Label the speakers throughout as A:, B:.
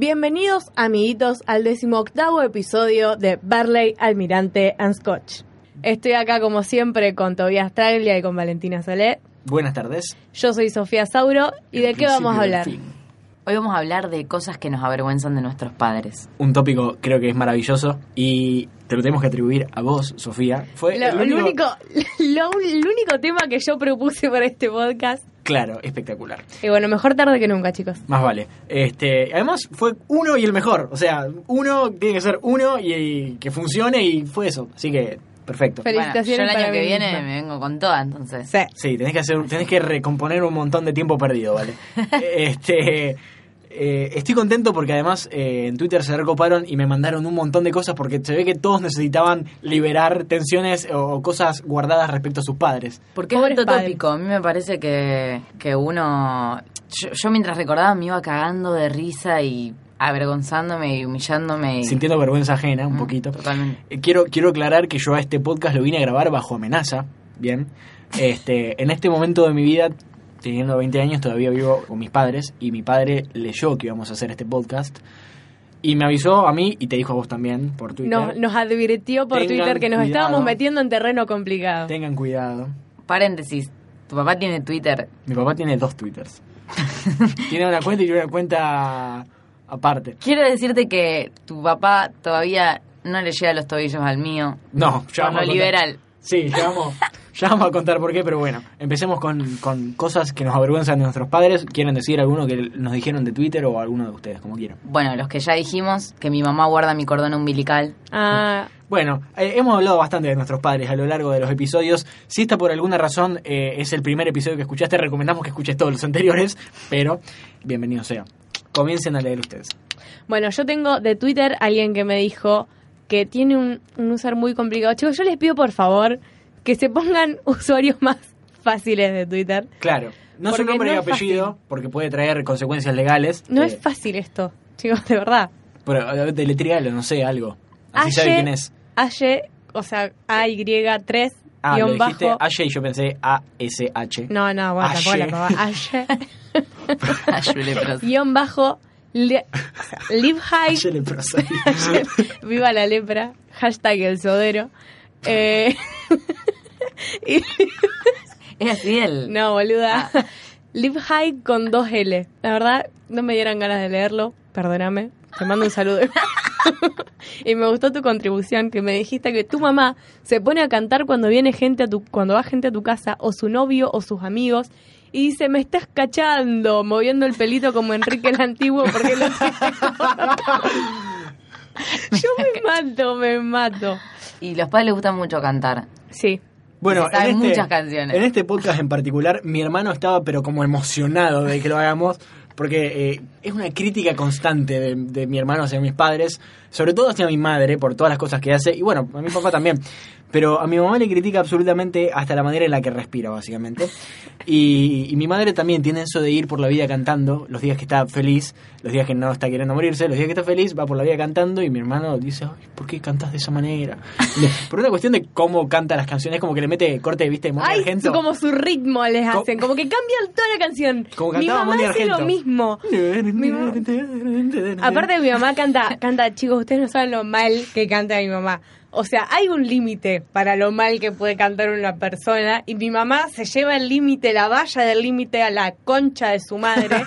A: Bienvenidos, amiguitos, al decimoctavo episodio de Barley, Almirante and Scotch. Estoy acá, como siempre, con Tobias Traglia y con Valentina Solé.
B: Buenas tardes.
A: Yo soy Sofía Sauro. ¿Y de qué vamos a hablar?
C: Hoy vamos a hablar de cosas que nos avergüenzan de nuestros padres.
B: Un tópico creo que es maravilloso y te lo tenemos que atribuir a vos, Sofía. Fue
A: Lo,
B: ¿eh? el
A: el
B: único-
A: único, lo un- el único tema que yo propuse para este podcast.
B: Claro, espectacular.
A: Y bueno, mejor tarde que nunca, chicos.
B: Más vale. Este, además fue uno y el mejor. O sea, uno tiene que ser uno y, y que funcione y fue eso. Así que, perfecto.
A: Fel- Felicitaciones
C: Bueno, yo el
A: para
C: año que
A: mí
C: viene
A: misma.
C: me vengo con toda, entonces.
A: Sí.
B: Sí, tenés que hacer, tenés que recomponer un montón de tiempo perdido, ¿vale? este. eh, estoy contento porque además eh, en Twitter se recoparon y me mandaron un montón de cosas porque se ve que todos necesitaban liberar tensiones o, o cosas guardadas respecto a sus padres.
C: Porque
A: Pobres
C: es alto
A: padres.
C: tópico. A mí me parece que, que uno. Yo, yo mientras recordaba me iba cagando de risa y avergonzándome y humillándome. y-
B: Sintiendo vergüenza ajena un
C: Mm,
B: poquito.
C: Totalmente.
B: Eh, Quiero, quiero aclarar que yo a este podcast lo vine a grabar bajo amenaza, ¿bien? Este, en este momento de mi vida, teniendo 20 años, todavía vivo con mis padres y mi padre leyó que íbamos a hacer este podcast y me avisó a mí y te dijo a vos también por Twitter.
A: Nos, nos advirtió por
B: Tengan
A: Twitter que nos
B: cuidado.
A: estábamos metiendo en terreno complicado.
B: Tengan cuidado.
C: Paréntesis. Tu papá tiene Twitter.
B: Mi papá tiene dos Twitters. tiene una cuenta y una cuenta aparte.
C: Quiero decirte que tu papá todavía no le llega los tobillos al mío.
B: No, ya vamos
C: Por lo
B: a contar.
C: liberal.
B: Sí, ya vamos, ya vamos a contar por qué, pero bueno, empecemos con, con cosas que nos avergüenzan de nuestros padres. ¿Quieren decir alguno que nos dijeron de Twitter o alguno de ustedes, como quieran?
C: Bueno, los que ya dijimos, que mi mamá guarda mi cordón umbilical.
A: Ah,
B: Bueno, eh, hemos hablado bastante de nuestros padres a lo largo de los episodios. Si esta por alguna razón eh, es el primer episodio que escuchaste, recomendamos que escuches todos los anteriores, pero bienvenido sea. Comiencen a leer ustedes.
A: Bueno, yo tengo de Twitter alguien que me dijo que tiene un, un user muy complicado. Chicos, yo les pido por favor que se pongan usuarios más fáciles de Twitter.
B: Claro, no su
A: Porque
B: nombre
A: no
B: y
A: es
B: apellido,
A: fácil.
B: porque puede traer consecuencias legales.
A: No
B: Eh,
A: es fácil esto, chicos, de verdad.
B: Pero eh, deletrealo, no sé, algo. Así sabe
A: Aye-
B: quién es.
A: Aye, o sea, AY3
B: Ah, lo
A: guión
B: dijiste
A: bajo.
B: Aye y yo pensé A-S-H.
A: No, no, bueno, tampoco la
B: Aye.
A: pava. Aye,
C: Ayule, pero-
A: guión bajo, le- o sea, live high,
B: Aye leprosa.
A: viva la lepra, hashtag el sodero. Eh, y-
C: Es así el.
A: No, boluda. Live High con dos L. La verdad, no me dieron ganas de leerlo. Perdóname. Te mando un saludo. y me gustó tu contribución que me dijiste que tu mamá se pone a cantar cuando viene gente a tu cuando va gente a tu casa o su novio o sus amigos y dice, "Me estás cachando", moviendo el pelito como Enrique el Antiguo porque lo Yo me mato, me mato.
C: Y los padres les gusta mucho cantar.
A: Sí.
B: Bueno,
C: Se saben
B: en este,
C: muchas canciones.
B: En este podcast en particular, mi hermano estaba pero como emocionado de que lo hagamos. Porque eh, es una crítica constante de, de mi hermano hacia mis padres, sobre todo hacia mi madre por todas las cosas que hace, y bueno, a mi papá también. Pero a mi mamá le critica absolutamente hasta la manera en la que respira, básicamente. Y, y mi madre también tiene eso de ir por la vida cantando, los días que está feliz, los días que no está queriendo morirse, los días que está feliz, va por la vida cantando y mi hermano dice, "Ay, ¿por qué cantas de esa manera? Le- Por una cuestión de cómo canta las canciones, como que le mete corte, viste, Moni
A: Ay,
B: Argento.
A: como su ritmo les
B: Co-
A: hacen, como que cambian toda la canción.
B: Como
A: Mi
B: cantaba
A: mamá
B: Moni
A: hace lo
B: Argento.
A: mismo. Mi mamá- Aparte mi mamá canta, canta, chicos, ustedes no saben lo mal que canta mi mamá. O sea, hay un límite para lo mal que puede cantar una persona y mi mamá se lleva el límite, la valla del límite a la concha de su madre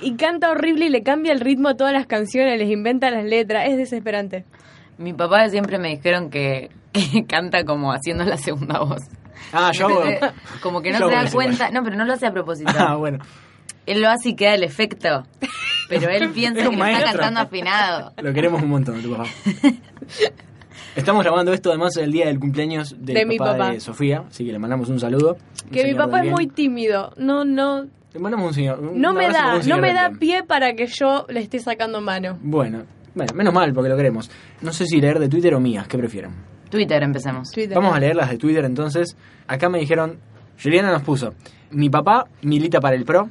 A: y canta horrible y le cambia el ritmo a todas las canciones, les inventa las letras, es desesperante.
C: Mi papá siempre me dijeron que, que canta como haciendo la segunda voz.
B: Ah, yo hago-
A: eh,
C: Entonces, como que no
B: yo
C: se
B: hago
C: da
B: eso,
C: cuenta. No, pero no lo hace a propósito.
B: Ah, bueno.
C: Él lo hace y queda el efecto. Pero él piensa
B: Era
C: que
B: un
C: lo está
B: maestro.
C: cantando afinado.
B: Lo queremos un montón, tu papá. Estamos grabando esto además el día del cumpleaños del
A: De mi papá.
B: de Sofía, así que le mandamos un saludo. Un
A: Que mi
B: señor
A: papá
B: del
A: es
B: bien.
A: muy tímido, no, no,
B: Le mandamos un señor. un
A: no me
B: abrazo para
A: da,
B: un
A: no
B: señor
A: me
B: del
A: da
B: bien.
A: pie para que yo le esté sacando mano.
B: Bueno, bueno, menos mal porque lo queremos. No sé si leer de Twitter o mías, ¿qué prefieren?
C: Twitter, empecemos.
A: Twitter.
B: Vamos a leer las de Twitter entonces. Acá me dijeron, Juliana nos puso, mi papá milita para el pro,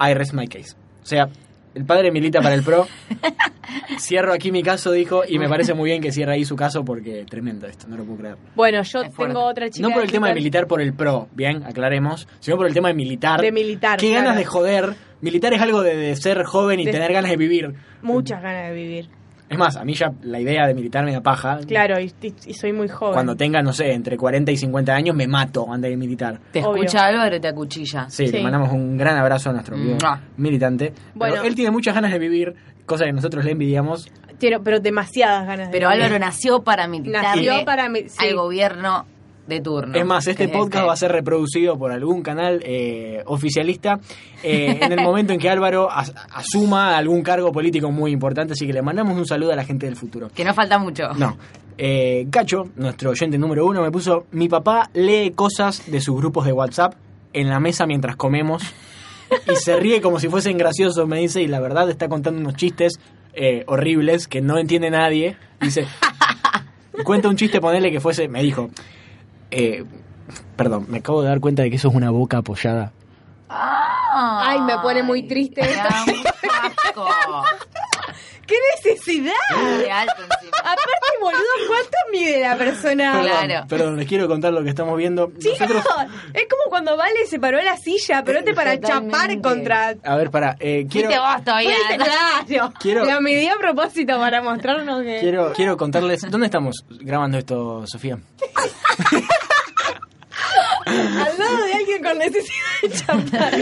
B: I rest my case. O sea, el padre milita para el pro, Cierro aquí mi caso, dijo, y me parece muy bien que cierre ahí su caso porque tremendo esto, no lo puedo creer.
A: Bueno, yo
C: Es fuerte.
A: tengo otra chica.
B: No por el tema de
A: militar.
B: militar por el pro, bien, aclaremos, sino por el tema de militar.
A: De militar,
B: Qué
A: claro.
B: ganas de joder. Militar es algo de, de ser joven y
A: De-
B: tener ganas de vivir.
A: Muchas ganas de vivir.
B: Es más, a mí ya la idea de militar me da paja.
A: Claro, y, y- y soy muy joven.
B: Cuando tenga, no sé, entre 40 y 50 años, me mato antes de militar.
C: Te
A: Obvio.
C: escucha Álvaro y te acuchilla.
B: Sí, le
A: Sí. Ah.
B: mandamos un gran abrazo a nuestro amigo
C: Mua.
B: militante.
A: Bueno.
B: Pero él tiene muchas ganas de vivir, cosa que nosotros le envidiamos.
A: Tiene- pero demasiadas ganas de
C: Pero
A: vivir.
C: Álvaro nació para militarle
A: Nació para mi- sí.
C: al gobierno de turno.
B: Es más, este
C: Que-
B: podcast
C: que-
B: va a ser reproducido por algún canal eh, oficialista eh, en el momento en que Álvaro as- asuma algún cargo político muy importante, así que le mandamos un saludo a la gente del futuro.
C: Que no falta mucho.
B: No. Eh, Cacho, nuestro oyente número uno, me puso, mi papá lee cosas de sus grupos de WhatsApp en la mesa mientras comemos y se ríe como si fuesen graciosos, me dice, y la verdad está contando unos chistes eh, horribles que no entiende nadie. Dice, cuenta un chiste, ponele que fuese, me dijo, eh, perdón, me acabo de dar cuenta de que eso es una boca apoyada.
A: Ay, me pone muy triste
C: me
A: esto.
C: da un asco.
A: ¡Qué necesidad!
C: De alto encima.
A: Aparte, boludo, ¿cuánto mide la persona?
C: Claro.
B: Perdón, les quiero contar lo que estamos viendo.
A: Chicos,
B: Nosotros-
A: es como cuando Vale se paró en la silla, pero este para
C: Totalmente.
A: chapar contra...
B: a ver, para, quiero...
C: Fuiste vos todavía.
A: Fuiste- Claro,
B: Quiero-
A: lo midí a propósito para mostrarnos que...
B: Quiero, quiero contarles. ¿Dónde estamos grabando esto, Sofía?
A: Al lado de alguien con necesidad de chapar.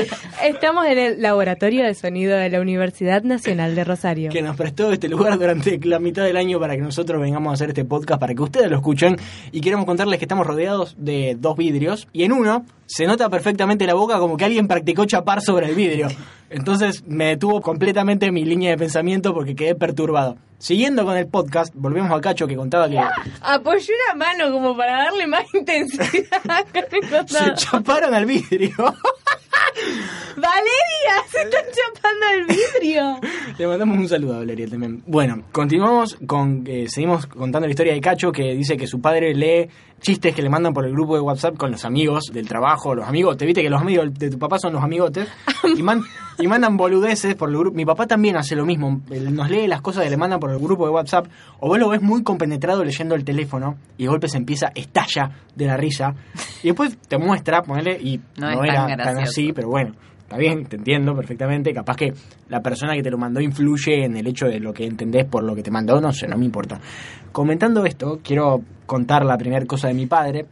A: Estamos en el Laboratorio de Sonido de la Universidad Nacional de Rosario.
B: Que nos prestó este lugar durante la mitad del año para que nosotros vengamos a hacer este podcast, para que ustedes lo escuchen. Y queremos contarles que estamos rodeados de dos vidrios. Y en uno se nota perfectamente la boca como que alguien practicó chapar sobre el vidrio. Entonces me detuvo completamente mi línea de pensamiento porque quedé perturbado. Siguiendo con el podcast, volvemos a Cacho que contaba que
A: Apoyé una mano como para darle más intensidad.
B: se chaparon al vidrio.
A: Valeria, se está chapando el vidrio.
B: Le mandamos un saludo a Valeria también. Bueno, continuamos con. eh, seguimos contando la historia de Cacho que dice que su padre lee chistes que le mandan por el grupo de WhatsApp con los amigos del trabajo, los amigotes. Viste que los amigos de tu papá son los amigotes. Y, man- y mandan boludeces por el grupo. Mi papá también hace lo mismo. Él Nos lee las cosas que le mandan por el grupo de WhatsApp. O vos lo ves muy compenetrado leyendo el teléfono y de golpe se empieza, estalla de la risa. Y después te muestra, ponele, y no,
C: No es
B: era tan
C: tan gracioso.
B: así, pero bueno, está bien, te entiendo perfectamente. Capaz que la persona que te lo mandó influye en el hecho de lo que entendés por lo que te mandó, no sé, no me importa. Comentando esto, quiero contar la primera cosa de mi padre.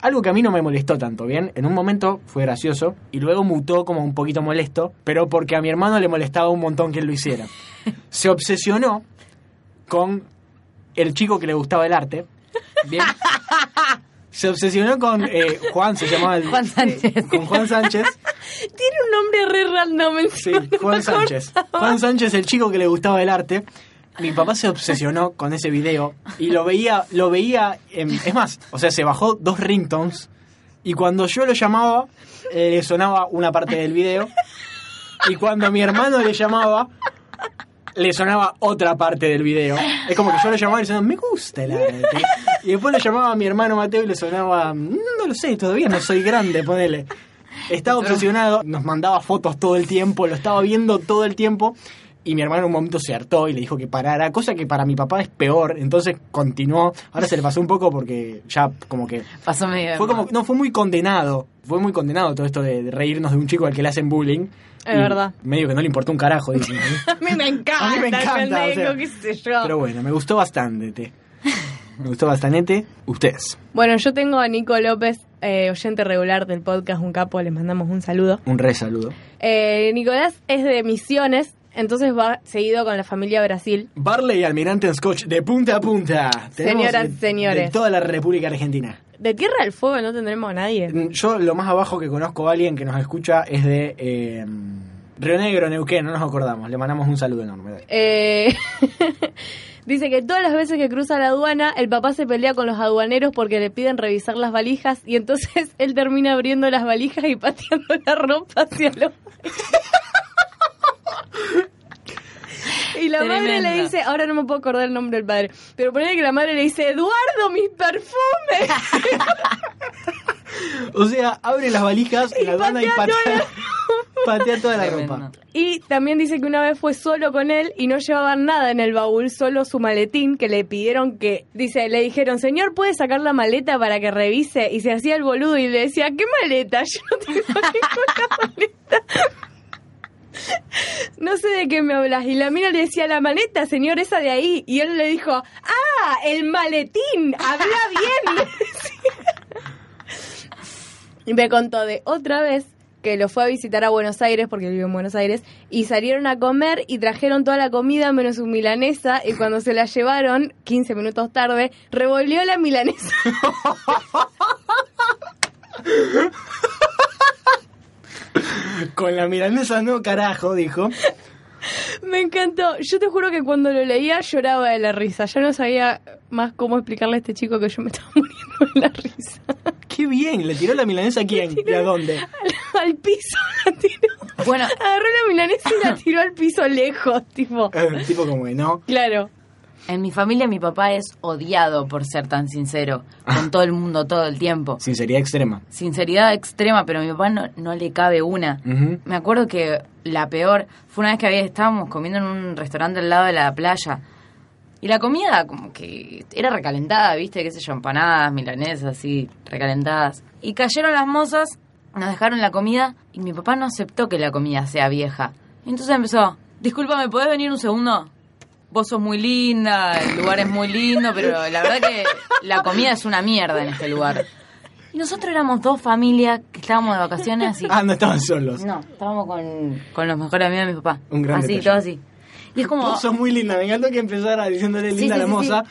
B: Algo que a mí no me molestó tanto, ¿bien? En un momento fue gracioso y luego mutó como un poquito molesto, pero porque a mi hermano le molestaba un montón que él lo hiciera. Se obsesionó con el chico que le gustaba el arte. Bien. Se obsesionó con eh, Juan, se llamaba el, eh,
C: Juan Sánchez.
B: con Juan Sánchez.
A: Tiene un nombre re random.
B: Sí,
A: encima, no me
B: Juan Sánchez. Juan Sánchez, el chico que le gustaba el arte. Mi papá se obsesionó con ese video y lo veía, lo veía, en- es más, o sea, se bajó dos ringtones y cuando yo lo llamaba, eh, le sonaba una parte del video y cuando mi hermano le llamaba, le sonaba otra parte del video. Es como que yo lo llamaba y le sonaba, me gusta el arte. Y después lo llamaba a mi hermano Mateo y le sonaba, "Mm, no lo sé, todavía no soy grande, ponele. Estaba obsesionado, nos mandaba fotos todo el tiempo, lo estaba viendo todo el tiempo. Y mi hermano en un momento se hartó y le dijo que parara, cosa que para mi papá es peor. Entonces continuó. Ahora se le pasó un poco porque ya como que
C: Pasó medio. de
B: fue como,
C: moda.
B: no, fue muy condenado. Fue muy condenado todo esto de, de reírnos de un chico al que le hacen bullying.
A: Es
B: Y
A: verdad.
B: Medio que no le importó un carajo, dicen.
A: A mí me encanta.
B: A mí me encanta, o
A: pendejo,
B: sea.
A: qué sé yo.
B: Pero bueno, me gustó bastante. te. Me gustó bastante. Ustedes.
A: Bueno, yo tengo a Nico López, eh, oyente regular del podcast Un Capo, les mandamos un saludo.
B: Un re saludo.
A: Eh, Nicolás es de Misiones, entonces va seguido con la familia Brasil.
B: Barley y Almirante en Scotch, de punta a punta. Tenemos
A: Señoras,
B: de-
A: señores.
B: De toda la República Argentina.
A: De Tierra del Fuego no tendremos a nadie.
B: Mm, Yo lo más abajo que conozco a alguien que nos escucha es de eh, Río Negro, Neuquén, no nos acordamos. Le mandamos un saludo enorme. dale.
A: Eh, dice que todas las veces que cruza la aduana, el papá se pelea con los aduaneros porque le piden revisar las valijas y entonces él termina abriendo las valijas y pateando la ropa hacia los... Y la madre le
C: Tremendo.
A: dice, ahora no me puedo acordar el nombre del padre, pero ponele que la madre le dice, Eduardo, mis perfumes.
B: O sea, abre las valijas, la aduana y
A: patea toda
B: patea. Patea toda la
C: Tremendo.
B: ropa.
A: Y también dice que una vez fue solo con él y no llevaba nada en el baúl, solo su maletín que le pidieron que, dice, le dijeron, señor, ¿puede sacar la maleta para que revise? Y se hacía el boludo y le decía, ¿qué maleta? Yo no tengo ninguna maleta. No sé de qué me hablas. Y la mina le decía, la maleta, señor, esa de ahí. Y él le dijo, ah, el maletín, habla bien. le y me contó de otra vez que lo fue a visitar a Buenos Aires, porque él vive en Buenos Aires, y salieron a comer y trajeron toda la comida menos su milanesa, y cuando se la llevaron, 15 minutos tarde, revolvió la milanesa.
B: Con la milanesa no, carajo, dijo.
A: Me encantó. Yo te juro que cuando lo leía lloraba de la risa. Ya no sabía más cómo explicarle a este chico que yo me estaba muriendo de la risa.
B: Qué bien, ¿le tiró la milanesa a quién? ¿Y a dónde?
A: Al, al piso la tiró.
C: Bueno,
A: Agarró la milanesa y la tiró al piso lejos, tipo.
B: Eh, tipo como, ¿no?
A: Claro.
C: en mi familia mi papá es odiado por ser tan sincero
B: Ah.
C: con todo el mundo todo el tiempo.
B: Sinceridad extrema.
C: Sinceridad extrema, pero a mi papá no, no le cabe una.
B: Ujú.
C: Me acuerdo que la peor fue una vez que había, estábamos comiendo en un restaurante al lado de la playa. Y la comida como que era recalentada, viste, qué sé yo, empanadas, milanesas, así, recalentadas. Y cayeron las mozas, nos dejaron la comida y mi papá no aceptó que la comida sea vieja. Y entonces empezó, discúlpame, ¿podés venir un segundo? Vos sos muy linda, el lugar es muy lindo, pero la verdad que la comida es una mierda en este lugar. Y nosotros éramos dos familias que estábamos de vacaciones y
B: Ah, no estaban solos.
C: no, estábamos con, con los mejores amigos de mi papá.
B: Un gran
C: Así,
B: detalle.
C: todo así. Y es como.
B: Vos sos muy linda, me encantó que empezara diciéndole
C: Sí,
B: linda
C: sí,
B: la
C: sí,
B: moza.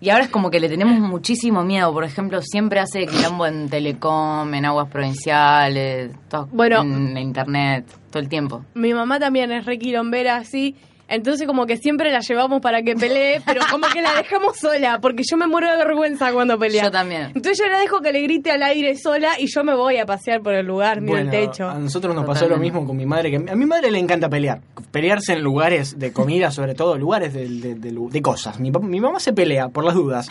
C: Y ahora es como que le tenemos muchísimo miedo. Por ejemplo, siempre hace quilombo en Telecom, en aguas provinciales, todo-
A: Bueno.
C: en la internet, todo el tiempo.
A: Mi mamá también es re quilombera así. Entonces como que siempre la llevamos para que pelee, pero como que la dejamos sola, porque yo me muero de vergüenza cuando pelea.
C: Yo también.
A: Entonces yo la dejo que le grite al aire sola y yo me voy a pasear por el lugar, miro
B: Bueno,
A: el techo.
B: A nosotros nos pasó lo
C: Totalmente.
B: mismo con mi madre. que A mi madre le encanta pelear. Pelearse en lugares de comida, sobre todo, lugares de, de- de lu- de cosas. Mi, pap- mi mamá se pelea, por las dudas.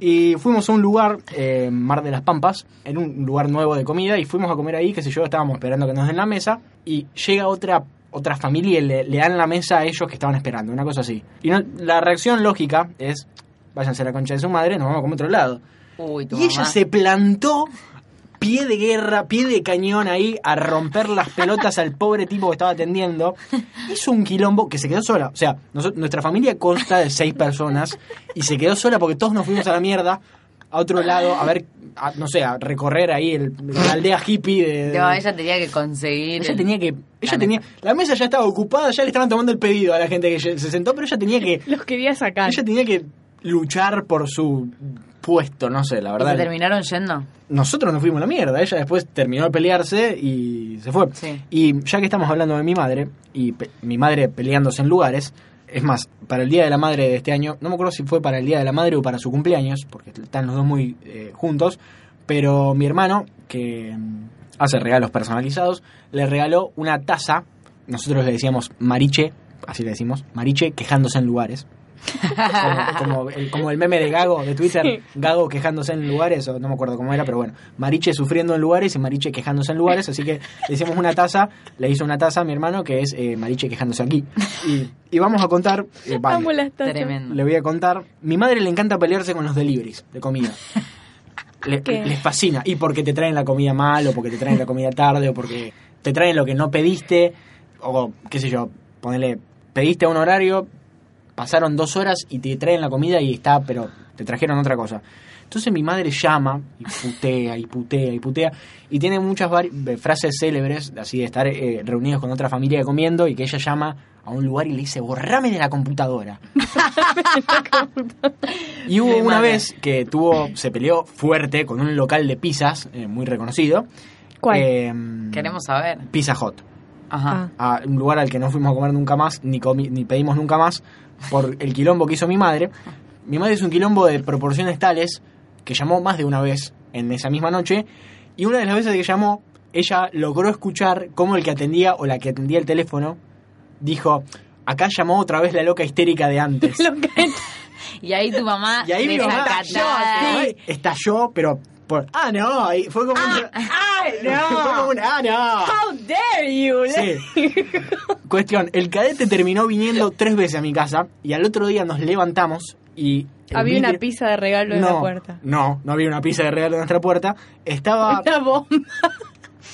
B: Y fuimos a un lugar, eh, Mar de las Pampas, en un lugar nuevo de comida, y fuimos a comer ahí, qué sé yo, estábamos esperando que nos den la mesa, y llega otra otra familia y le, le dan la mesa a ellos que estaban esperando, una cosa así. Y no- la reacción lógica es, váyanse a la concha de su madre, nos vamos a comer otro lado.
C: Uy, tu
B: Y ella
C: mamá.
B: se plantó pie de guerra, pie de cañón ahí a romper las pelotas al pobre tipo que estaba atendiendo. Hizo un quilombo que se quedó sola. O sea, noso- nuestra familia consta de seis personas y se quedó sola porque todos nos fuimos a la mierda a otro lado a ver, a- no sé, a recorrer ahí el, la aldea hippie de...
C: No, ella tenía que conseguir.
B: Ella
C: el-
B: tenía que... Ella
C: mesa.
B: tenía... La mesa ya estaba ocupada, ya le estaban tomando el pedido a la gente que se sentó, pero ella tenía que...
A: Los quería sacar.
B: Ella tenía que luchar por su puesto, no sé, la
C: ¿Y
B: verdad
C: se terminaron yendo?
B: nosotros nos fuimos a la mierda. Ella después terminó de pelearse y se fue.
C: Sí.
B: Y ya que estamos hablando de mi madre, y pe- mi madre peleándose en lugares, es más, para el Día de la Madre de este año, no me acuerdo si fue para el Día de la Madre o para su cumpleaños, porque están los dos muy eh, juntos, pero mi hermano, que mm, hace regalos personalizados, le regaló una taza, nosotros le decíamos mariche, así le decimos, mariche quejándose en lugares. como, como el, como el meme de Gago de Twitter, Gago quejándose en lugares, o no me acuerdo cómo era, pero bueno, Mariche sufriendo en lugares y Mariche quejándose en lugares, así que le hicimos una taza, le hizo una taza a mi hermano que es eh, Mariche quejándose aquí. Y, y vamos a contar, eh, vale,
A: Amo las tachas.
C: Tremendo.
B: le voy a contar, mi madre le encanta pelearse con los deliveries de comida. Le-
A: ¿Qué?
B: les fascina, y porque te traen la comida mal, o porque te traen la comida tarde, o porque te traen lo que no pediste, o qué sé yo, ponele, pediste a un horario, pasaron dos horas y te traen la comida y está, pero te trajeron otra cosa. Entonces mi madre llama y putea y putea y putea y tiene muchas vari- eh, frases célebres así de estar eh, reunidos con otra familia comiendo y que ella llama a un lugar y le dice borrame de la computadora. y hubo
C: Mi
B: una
C: madre.
B: vez que tuvo se peleó fuerte con un local de pizzas eh, muy reconocido.
A: ¿Cuál?
B: Em,
C: Queremos saber.
B: Pizza Hot
C: Ajá.
A: Ah.
B: a un lugar al que no fuimos a comer nunca más, ni, comi- ni pedimos nunca más, por el quilombo que hizo mi madre. Mi madre es un quilombo de proporciones tales que llamó más de una vez en esa misma noche. Y una de las veces que llamó, ella logró escuchar cómo el que atendía o la que atendía el teléfono dijo: Acá llamó otra vez la loca histérica de antes.
A: Lo que-
C: Y ahí tu mamá.
B: Y ahí mi mamá
C: desacatada.
B: estalló, sí, estalló, pero por ah no, y fue como un-
A: ¡Ay,
B: fue como un ah no.
A: Ah. ¡How dare you!
B: Sí. Cuestión, el cadete terminó viniendo tres veces a mi casa y al otro día nos levantamos y... el
A: Había una
B: vidrio-
A: pizza de regalo en
B: no,
A: la puerta.
B: No, no había una pizza de regalo en nuestra puerta. Estaba...
A: Una bomba.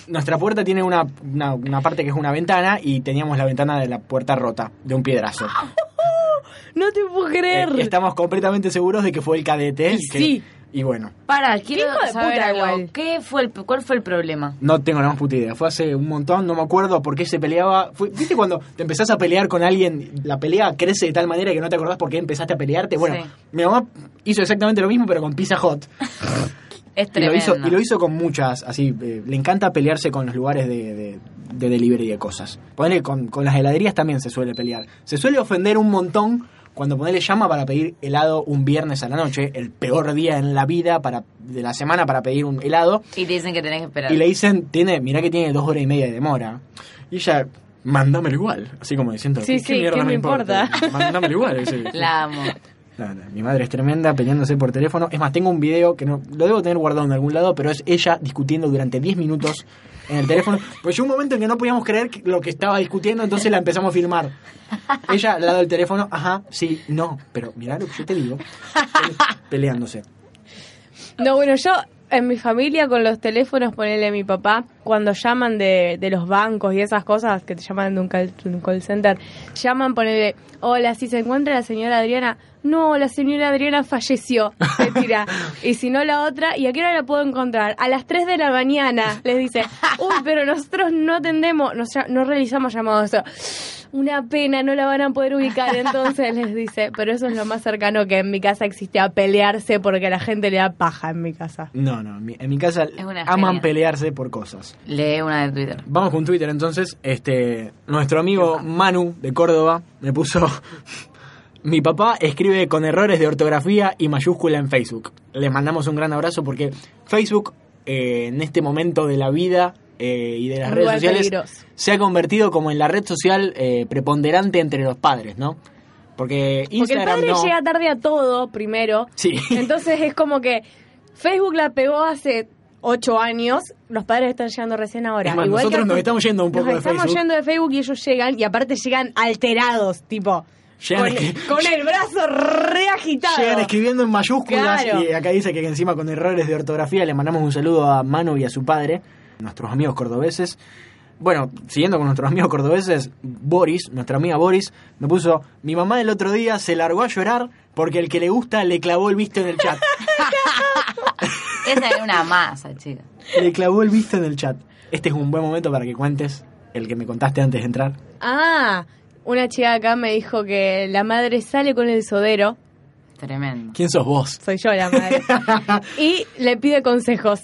B: Nuestra puerta tiene una, una, una parte que es una ventana y teníamos la ventana de la puerta rota, de un piedrazo.
A: Ah, No te puedo
B: Eh,
A: creer.
B: estamos completamente seguros de que fue el cadete.
A: Y
B: el que-
A: sí.
B: Y bueno,
C: Para, quiero
A: hijo de
C: saber
A: puta
C: algo.
A: igual.
C: ¿Qué fue el, ¿Cuál fue el problema?
B: no tengo la más puta idea. Fue hace un montón, no me acuerdo por qué se peleaba. Fue- ¿Viste cuando te empezás a pelear con alguien, la pelea crece de tal manera que no te acordás por qué empezaste a pelearte? Bueno,
C: Sí.
B: mi mamá hizo exactamente lo mismo, pero con Pizza Hot.
C: Es
B: Y lo,
C: tremendo.
B: hizo, y lo hizo con muchas, así, eh, le encanta pelearse con los lugares de, de, de delivery de cosas. Ponele, con, con las heladerías también se suele pelear. Se suele ofender un montón cuando ponele llama para pedir helado un viernes a la noche, el peor día en la vida para, de la semana para pedir un helado,
C: Y te dicen que tenés que esperar.
B: y le dicen, tiene, mirá que tiene dos horas y media de demora. Y ella, mandámelo igual, así como diciendo,
A: Sí,
B: "¿Qué-
A: sí,
B: ¿qué mierda
A: ¿qué me importa?
B: Mandámelo igual. sí, sí.
C: La amo.
B: No, no, mi madre es tremenda peleándose por teléfono. Es más, tengo un video que no lo debo tener guardado en algún lado, pero es ella discutiendo durante 10 minutos en el teléfono. Pues llegó un momento en que no podíamos creer que- lo que estaba discutiendo, entonces la empezamos a filmar. Ella al lado del teléfono, ajá, sí, no, pero mirá lo que yo te digo. Peleándose.
A: No, bueno, yo en mi familia con los teléfonos, ponele a mi papá, cuando llaman de, de los bancos y esas cosas que te llaman de un call, de un call center, llaman, ponele, hola, si se encuentra la señora Adriana, no, la señora Adriana falleció, se tira. y si no la otra, ¿y a qué hora la puedo encontrar? A las 3 de la mañana, les dice, uy, pero nosotros no atendemos, no, llam- no realizamos llamados. Una pena, no la van a poder ubicar. Entonces les dice, pero eso es lo más cercano que en mi casa existe a pelearse porque a la gente le da paja en mi casa.
B: No, no, en mi, en mi casa
C: una
B: aman
C: genia.
B: pelearse por cosas.
C: Lee una de Twitter.
B: Vamos con Twitter entonces. Este, nuestro amigo Manu de Córdoba me puso Mi papá escribe con errores de ortografía y mayúscula en Facebook. Les mandamos un gran abrazo porque Facebook eh, en este momento de la vida eh, y de las
A: Un
B: redes
A: lugar
B: sociales
A: peligroso.
B: se ha convertido como en la red social eh, preponderante entre los padres, ¿no?
A: Porque
B: Porque
A: el
B: Instagram
A: padre
B: no.
A: llega tarde a todo primero.
B: Sí.
A: Entonces es como que Facebook la pegó hace ocho años, los padres están llegando recién ahora.
B: Es más,
A: que
B: nosotros nos
A: antes-
B: estamos yendo un poco
A: nos
B: de
A: estamos
B: Facebook.
A: yendo de Facebook y ellos llegan y aparte llegan alterados, tipo
B: Llegan
A: con,
B: escri-
A: con el brazo reagitado.
B: Llegan escribiendo en mayúsculas
A: Claro.
B: y acá dice que encima con errores de ortografía le mandamos un saludo a Manu y a su padre, nuestros amigos cordobeses. Bueno, siguiendo con nuestros amigos cordobeses, Boris, nuestra amiga Boris, me puso, mi mamá el otro día se largó a llorar porque el que le gusta le clavó el visto en el chat.
C: Esa es una masa, chica.
B: le clavó el visto en el chat. Este es un buen momento para que cuentes el que me contaste antes de entrar.
A: Ah, una chica acá me dijo que la madre sale con el sodero.
C: Tremendo.
B: ¿Quién sos vos?
A: Soy yo la madre. y le pide consejos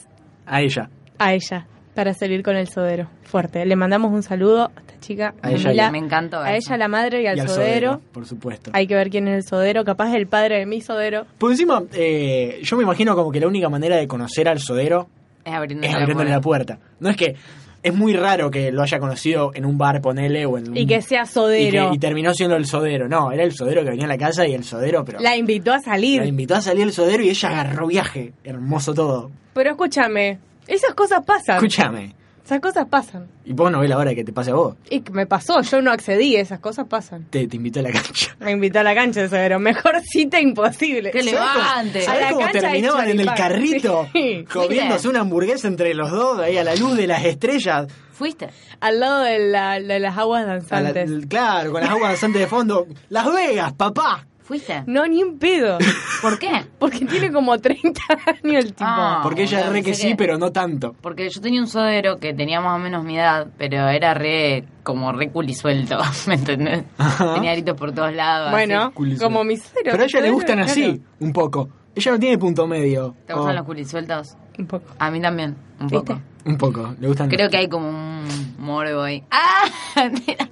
B: A ella.
A: a ella para salir con el sodero. Fuerte. Le mandamos un saludo a esta chica.
B: A ella
A: Camila,
B: y-
C: Me encantó
A: A
C: eso.
A: ella, la madre y al,
B: y al
A: sodero.
B: sodero, por supuesto.
A: Hay que ver quién es el sodero. Capaz el padre de mi sodero.
B: Por encima, eh, yo me imagino como que la única manera de conocer al sodero
C: Es abriendo
B: es abriéndole la puerta. No es que es muy raro que lo haya conocido en un bar, ponele, o en un-
A: Y que sea
B: y, que-
A: sodero.
B: Mm. y terminó siendo el sodero. No, era el sodero que venía a la casa y el sodero, pero
A: La invitó a salir.
B: la invitó a salir el sodero y ella agarró viaje. Hermoso todo.
A: Pero escúchame. Esas cosas pasan.
B: Escúchame.
A: Esas cosas pasan.
B: Y vos no ves la hora que te pase a vos.
A: Y que me pasó. Yo no accedí. Esas cosas pasan.
B: Te, te invitó a la cancha.
A: Me invitó a la cancha el sodero. Mejor cita imposible.
C: Que
B: ¿Sabés cómo-
C: levante.
A: A
B: ¿Sabés
A: la
B: cómo
A: cancha de
B: terminaban en el
A: choripán.
B: carrito?
A: Sí.
B: Comiéndose una hamburguesa entre los dos, ahí a la luz de las estrellas.
C: Fuiste.
A: Al lado de, la- de las aguas
B: A la-
A: danzantes.
B: claro, con las aguas danzantes de fondo. Las Vegas, papá.
C: Fuiste.
A: No, ni un pedo.
C: ¿Por qué?
A: Porque tiene como 30 años el tipo.
C: Ah.
B: Porque ella
C: boludo,
B: re que
C: pensé
B: sí,
C: que-
B: pero no tanto.
C: Porque yo tenía un sodero que tenía más o menos mi edad, pero era re, como re culisuelto, ¿me entendés?
B: Ajá.
C: Tenía gritos por todos lados.
A: bueno,
C: así.
B: Culisuelto.
A: como mis ceros.
B: Pero a ella le gustan
A: Claro.
B: así, un poco. Ella no tiene punto medio.
C: ¿Te gustan
B: O-
C: los culisueltos?
A: Un poco.
C: A mí también, un
A: ¿Viste?
C: poco.
B: Un poco, le gustan.
C: Creo que hay como un morbo ahí. ¡Ah! Mira.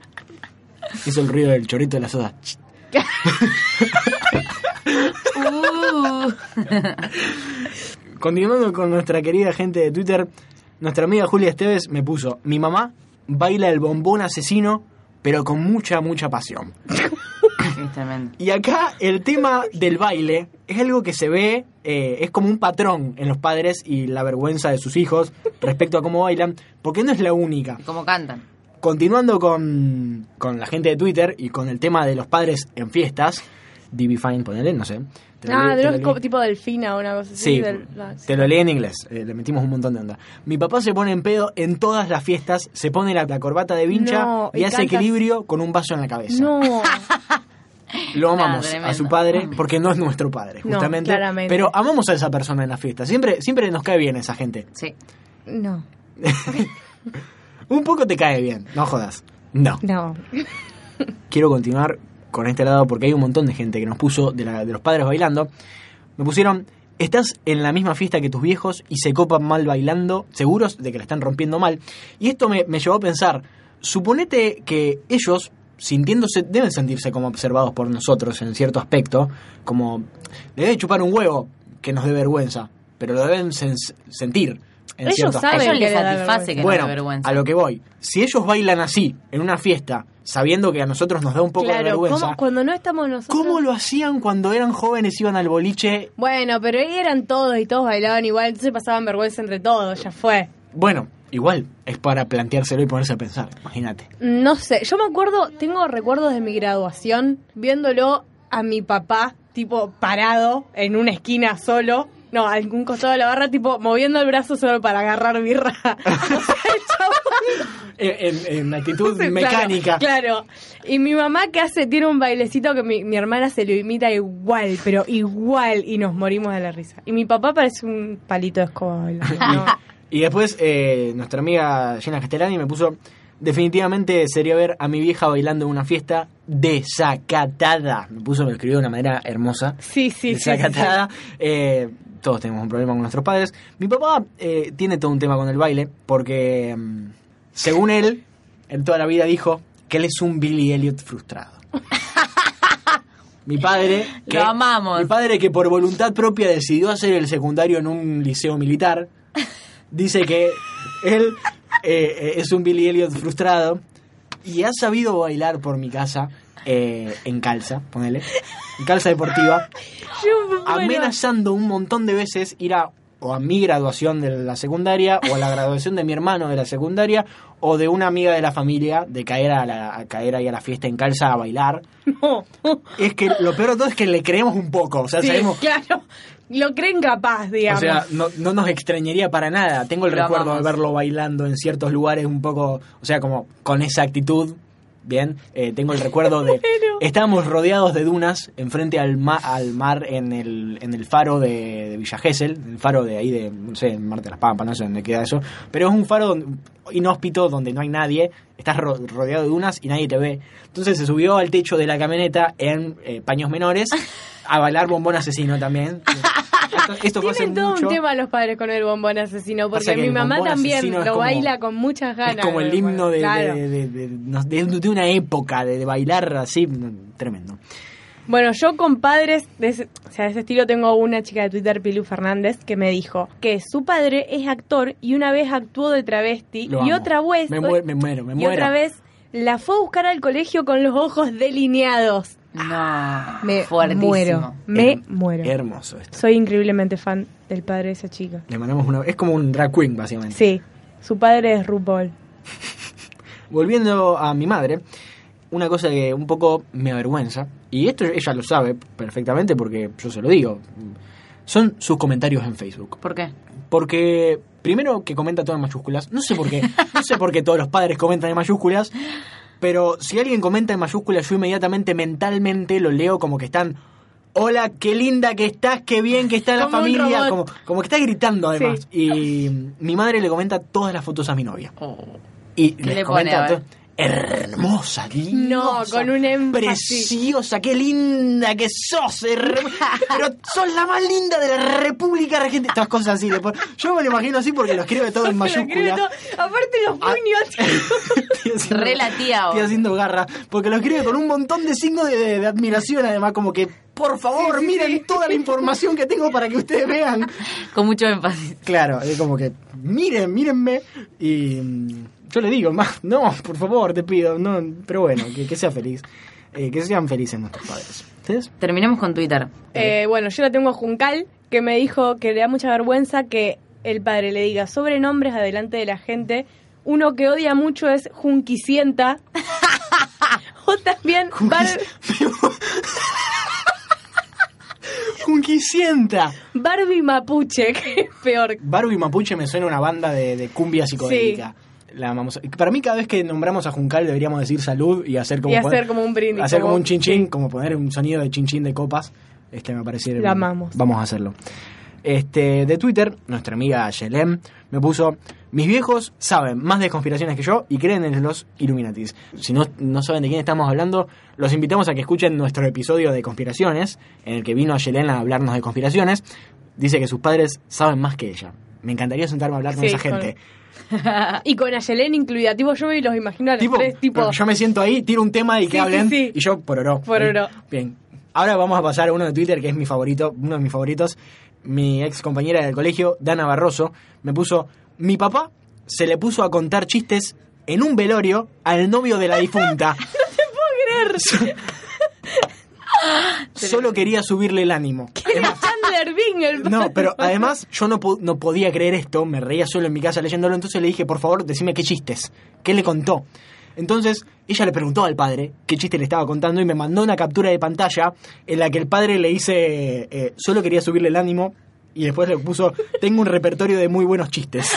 B: Hizo el ruido del chorrito de la soda.
C: Uh.
B: Continuando con nuestra querida gente de Twitter, nuestra amiga Julia Esteves me puso: Mi mamá baila el bombón asesino, pero con mucha, mucha pasión.
C: Es tremendo.
B: Y acá el tema del baile es algo que se ve, eh, es como un patrón en los padres y la vergüenza de sus hijos respecto a cómo bailan, porque no es la única.
C: Como cantan.
B: Continuando con, con la gente de Twitter y con el tema de los padres en fiestas, DB Fine, ponele, no sé. Te lo
A: Ah,
B: leí- te
A: de
B: lo
A: los
B: leí.
A: co- tipo delfina o una cosa así.
B: Sí,
A: del- la-
B: te lo leí en inglés, eh, le metimos un montón de onda. Mi papá se pone en pedo en todas las fiestas, se pone la, la corbata de vincha
A: No,
B: y,
A: y
B: hace
A: canta-
B: equilibrio con un vaso en la cabeza.
A: No,
B: Lo
C: Nada,
B: amamos a
C: tremendo.
B: su padre porque no es nuestro padre,
A: No,
B: justamente.
A: claramente.
B: pero amamos a esa persona en la fiesta. Siempre, siempre nos cae bien esa gente.
C: Sí.
A: no,
B: Un poco te cae bien, no jodas. No.
A: no.
B: Quiero continuar con este lado porque hay un montón de gente que nos puso de, la- de los padres bailando. Me pusieron, estás en la misma fiesta que tus viejos y se copan mal bailando, seguros de que la están rompiendo mal. Y esto me, me llevó a pensar, suponete que ellos, sintiéndose, deben sentirse como observados por nosotros en cierto aspecto, como le debe chupar un huevo que nos dé vergüenza, pero lo deben sen- sentir. En
A: Ellos
B: cierto
A: saben
B: aspecto.
C: Ellos
A: que
C: les
A: le da
C: satisface que no
B: Bueno,
C: da vergüenza.
B: a lo que voy. Si ellos bailan así, en una fiesta, sabiendo que a nosotros nos da un poco de
A: claro,
B: vergüenza,
A: ¿cómo-
B: ¿cómo,
A: cuando no estamos nosotros.
B: lo hacían cuando eran jóvenes, iban al boliche?
A: Bueno, pero ahí eran todos y todos bailaban igual, entonces pasaban vergüenza entre todos, ya fue.
B: Bueno, igual, es para planteárselo y ponerse a pensar, imagínate.
A: No sé, yo me acuerdo, tengo recuerdos de mi graduación viéndolo a mi papá, tipo parado en una esquina solo, no, a algún costado de la barra, tipo moviendo el brazo solo para agarrar birra. O sea, el chabón-
B: En, Eh, en- en actitud
A: Claro,
B: mecánica.
A: Claro, Y mi mamá que hace, tiene un bailecito que mi, mi hermana se lo imita igual, pero igual, y nos morimos de la risa. Y mi papá parece un palito de escoba bailando, ¿no?
B: Y después, eh, nuestra amiga Gina Castellani me puso, definitivamente sería ver a mi vieja bailando en una fiesta desacatada. Me puso, me lo escribió de una manera hermosa.
A: Sí, sí, sí, sí, sí.
B: desacatada. Eh, todos tenemos un problema con nuestros padres. Mi papá eh, tiene todo un tema con el baile, porque mm, según él, en toda la vida dijo que él es un Billy Elliot frustrado. Mi padre,
C: Lo amamos.
B: Mi padre que por voluntad propia decidió hacer el secundario en un liceo militar, dice que él eh, eh, es un Billy Elliot frustrado y ha sabido bailar por mi casa eh, en calza, ponele, en calza deportiva
A: Yo me muero.
B: amenazando un montón de veces ir a o a mi graduación de la secundaria o a la graduación de mi hermano de la secundaria o de una amiga de la familia de caer a, la, a caer ahí a la fiesta en calza a bailar
A: No.
B: es que lo peor de todo es que le creemos un poco o sea
A: Sí,
B: sabemos
A: claro. Lo creen capaz,
B: o
A: digamos.
B: sea no, no nos extrañaría para nada tengo el
C: Lo
B: recuerdo
C: amamos.
B: de verlo bailando en ciertos lugares un poco o sea como con esa actitud bien Eh, tengo el recuerdo de
A: Bueno.
B: estábamos rodeados de dunas enfrente al, ma- al mar en el, en el faro de, de Villa Gesell, el faro de ahí de, no sé, en Marte de las Pampas, no sé dónde queda eso, pero es un faro don- inhóspito donde no hay nadie, estás ro- rodeado de dunas y nadie te ve. Entonces se subió al techo de la camioneta en eh, paños menores a bailar bombón asesino también. Esto, esto fue hace
A: Tienen todo
B: mucho.
A: un tema los padres con el bombón asesino,
B: Pasa
A: porque
B: que
A: mi
B: el
A: mamá
B: bombón
A: también
B: asesino
A: lo
B: es como-
A: baila con muchas ganas.
B: Es como el
A: bueno,
B: himno de,
A: claro.
B: de, de- de- no- de- de una época, de, de bailar así, no, tremendo.
A: Bueno, yo con padres de ese, o sea, de ese estilo tengo una chica de Twitter, Pilu Fernández, que me dijo que su padre es actor y una vez actuó de travesti
B: Lo
A: y
B: amo.
A: otra vez
B: Me, muero, me muero, me
A: y
B: muero.
A: otra vez la fue a buscar al colegio con los ojos delineados.
C: No.
A: ah, Me
C: fuertísimo.
A: muero, me
B: Her-
A: muero.
B: Hermoso esto.
A: Soy increíblemente fan del padre de esa chica.
B: Le mandamos una. Es como un drag queen, básicamente.
A: Sí, su padre es RuPaul.
B: Volviendo a mi madre, una cosa que un poco me avergüenza, y esto ella lo sabe perfectamente porque yo se lo digo, son sus comentarios en Facebook.
C: ¿Por qué?
B: Porque primero que comenta todo en mayúsculas, no sé por qué, no sé por qué todos los padres comentan en mayúsculas, pero si alguien comenta en mayúsculas yo inmediatamente mentalmente lo leo como que están Hola, qué linda que estás, qué bien que está la
A: Como un
B: familia,
A: robot.
B: como, como que está gritando además. Y mi madre le comenta todas las fotos a mi novia.
C: Oh.
B: Y
C: le
B: les
C: pone,
B: comenta
C: a ver?
B: todo, Hermosa,
A: No,
B: hermosa,
A: con un énfasis.
B: preciosa, qué linda que sos, herm- pero sos la más linda de la República Argentina. Estas cosas así, le pon- yo me lo imagino así porque lo escribe todo en Ah.
A: Pero creo
B: mayúsculas.
A: to- Aparte los puños.
B: Estoy haciendo-
C: Re la tía,
B: Estoy
C: o-
B: haciendo garra, porque lo escribe con un montón de signos de, de- de admiración, además, como que, por favor, miren toda la información que tengo para que ustedes vean.
C: Con mucho énfasis.
B: Claro, es como que, miren, mírenme. Y mm, yo le digo, más, no, por favor, te pido, no, pero bueno, que, que sea feliz. eh, que sean felices nuestros padres. ¿Ustedes?
C: Terminemos con Twitter.
A: Eh, bueno, yo la tengo a Juncal, que me dijo que le da mucha vergüenza que el padre le diga sobrenombres adelante de la gente. Uno que odia mucho es Junquicienta. o también... Bar-
B: Junquisienta.
A: Barbie Mapuche, que es peor.
B: Barbie Mapuche me suena a una banda de, de cumbia psicodélica. La amamos. Para mí, cada vez que nombramos a Juncal, deberíamos decir salud y hacer como,
A: Y hacer
B: poner-
A: como un brindis.
B: hacer como un chinchín, como poner un sonido de chinchín de copas. Este me pareciera.
A: La amamos.
B: Vamos a hacerlo. Este, de Twitter, nuestra amiga Yelem me puso: Mis viejos saben más de conspiraciones que yo y creen en los Illuminatis. Si no, no saben de quién estamos hablando, los invitamos a que escuchen nuestro episodio de conspiraciones, en el que vino Yelem a hablarnos de conspiraciones. Dice que sus padres saben más que ella. Me encantaría sentarme a hablar con
A: Sí,
B: esa
A: con-
B: gente.
A: Y con Ayelén incluida. Tipo, yo me los imagino a los
B: Tipo,
A: tres, tipo...
B: yo me siento ahí, tiro un tema y
A: Sí,
B: que hablen.
A: sí, sí.
B: Y yo pororó.
A: Pororó.
B: Bien. Ahora vamos a pasar a uno de Twitter que es mi favorito, uno de mis favoritos. Mi ex compañera del colegio, Dana Barroso, me puso: Mi papá se le puso a contar chistes en un velorio al novio de la difunta. no te puedo creer. Solo quería subirle el ánimo.
A: Era Chandler Bing, el
B: No, pero además yo no, po- no podía creer esto, me reía solo en mi casa leyéndolo, entonces le dije, por favor, decime qué chistes, qué le contó. Entonces ella le preguntó al padre qué chiste le estaba contando y me mandó una captura de pantalla en la que el padre le dice, eh, solo quería subirle el ánimo y después le puso, tengo un repertorio de muy buenos chistes.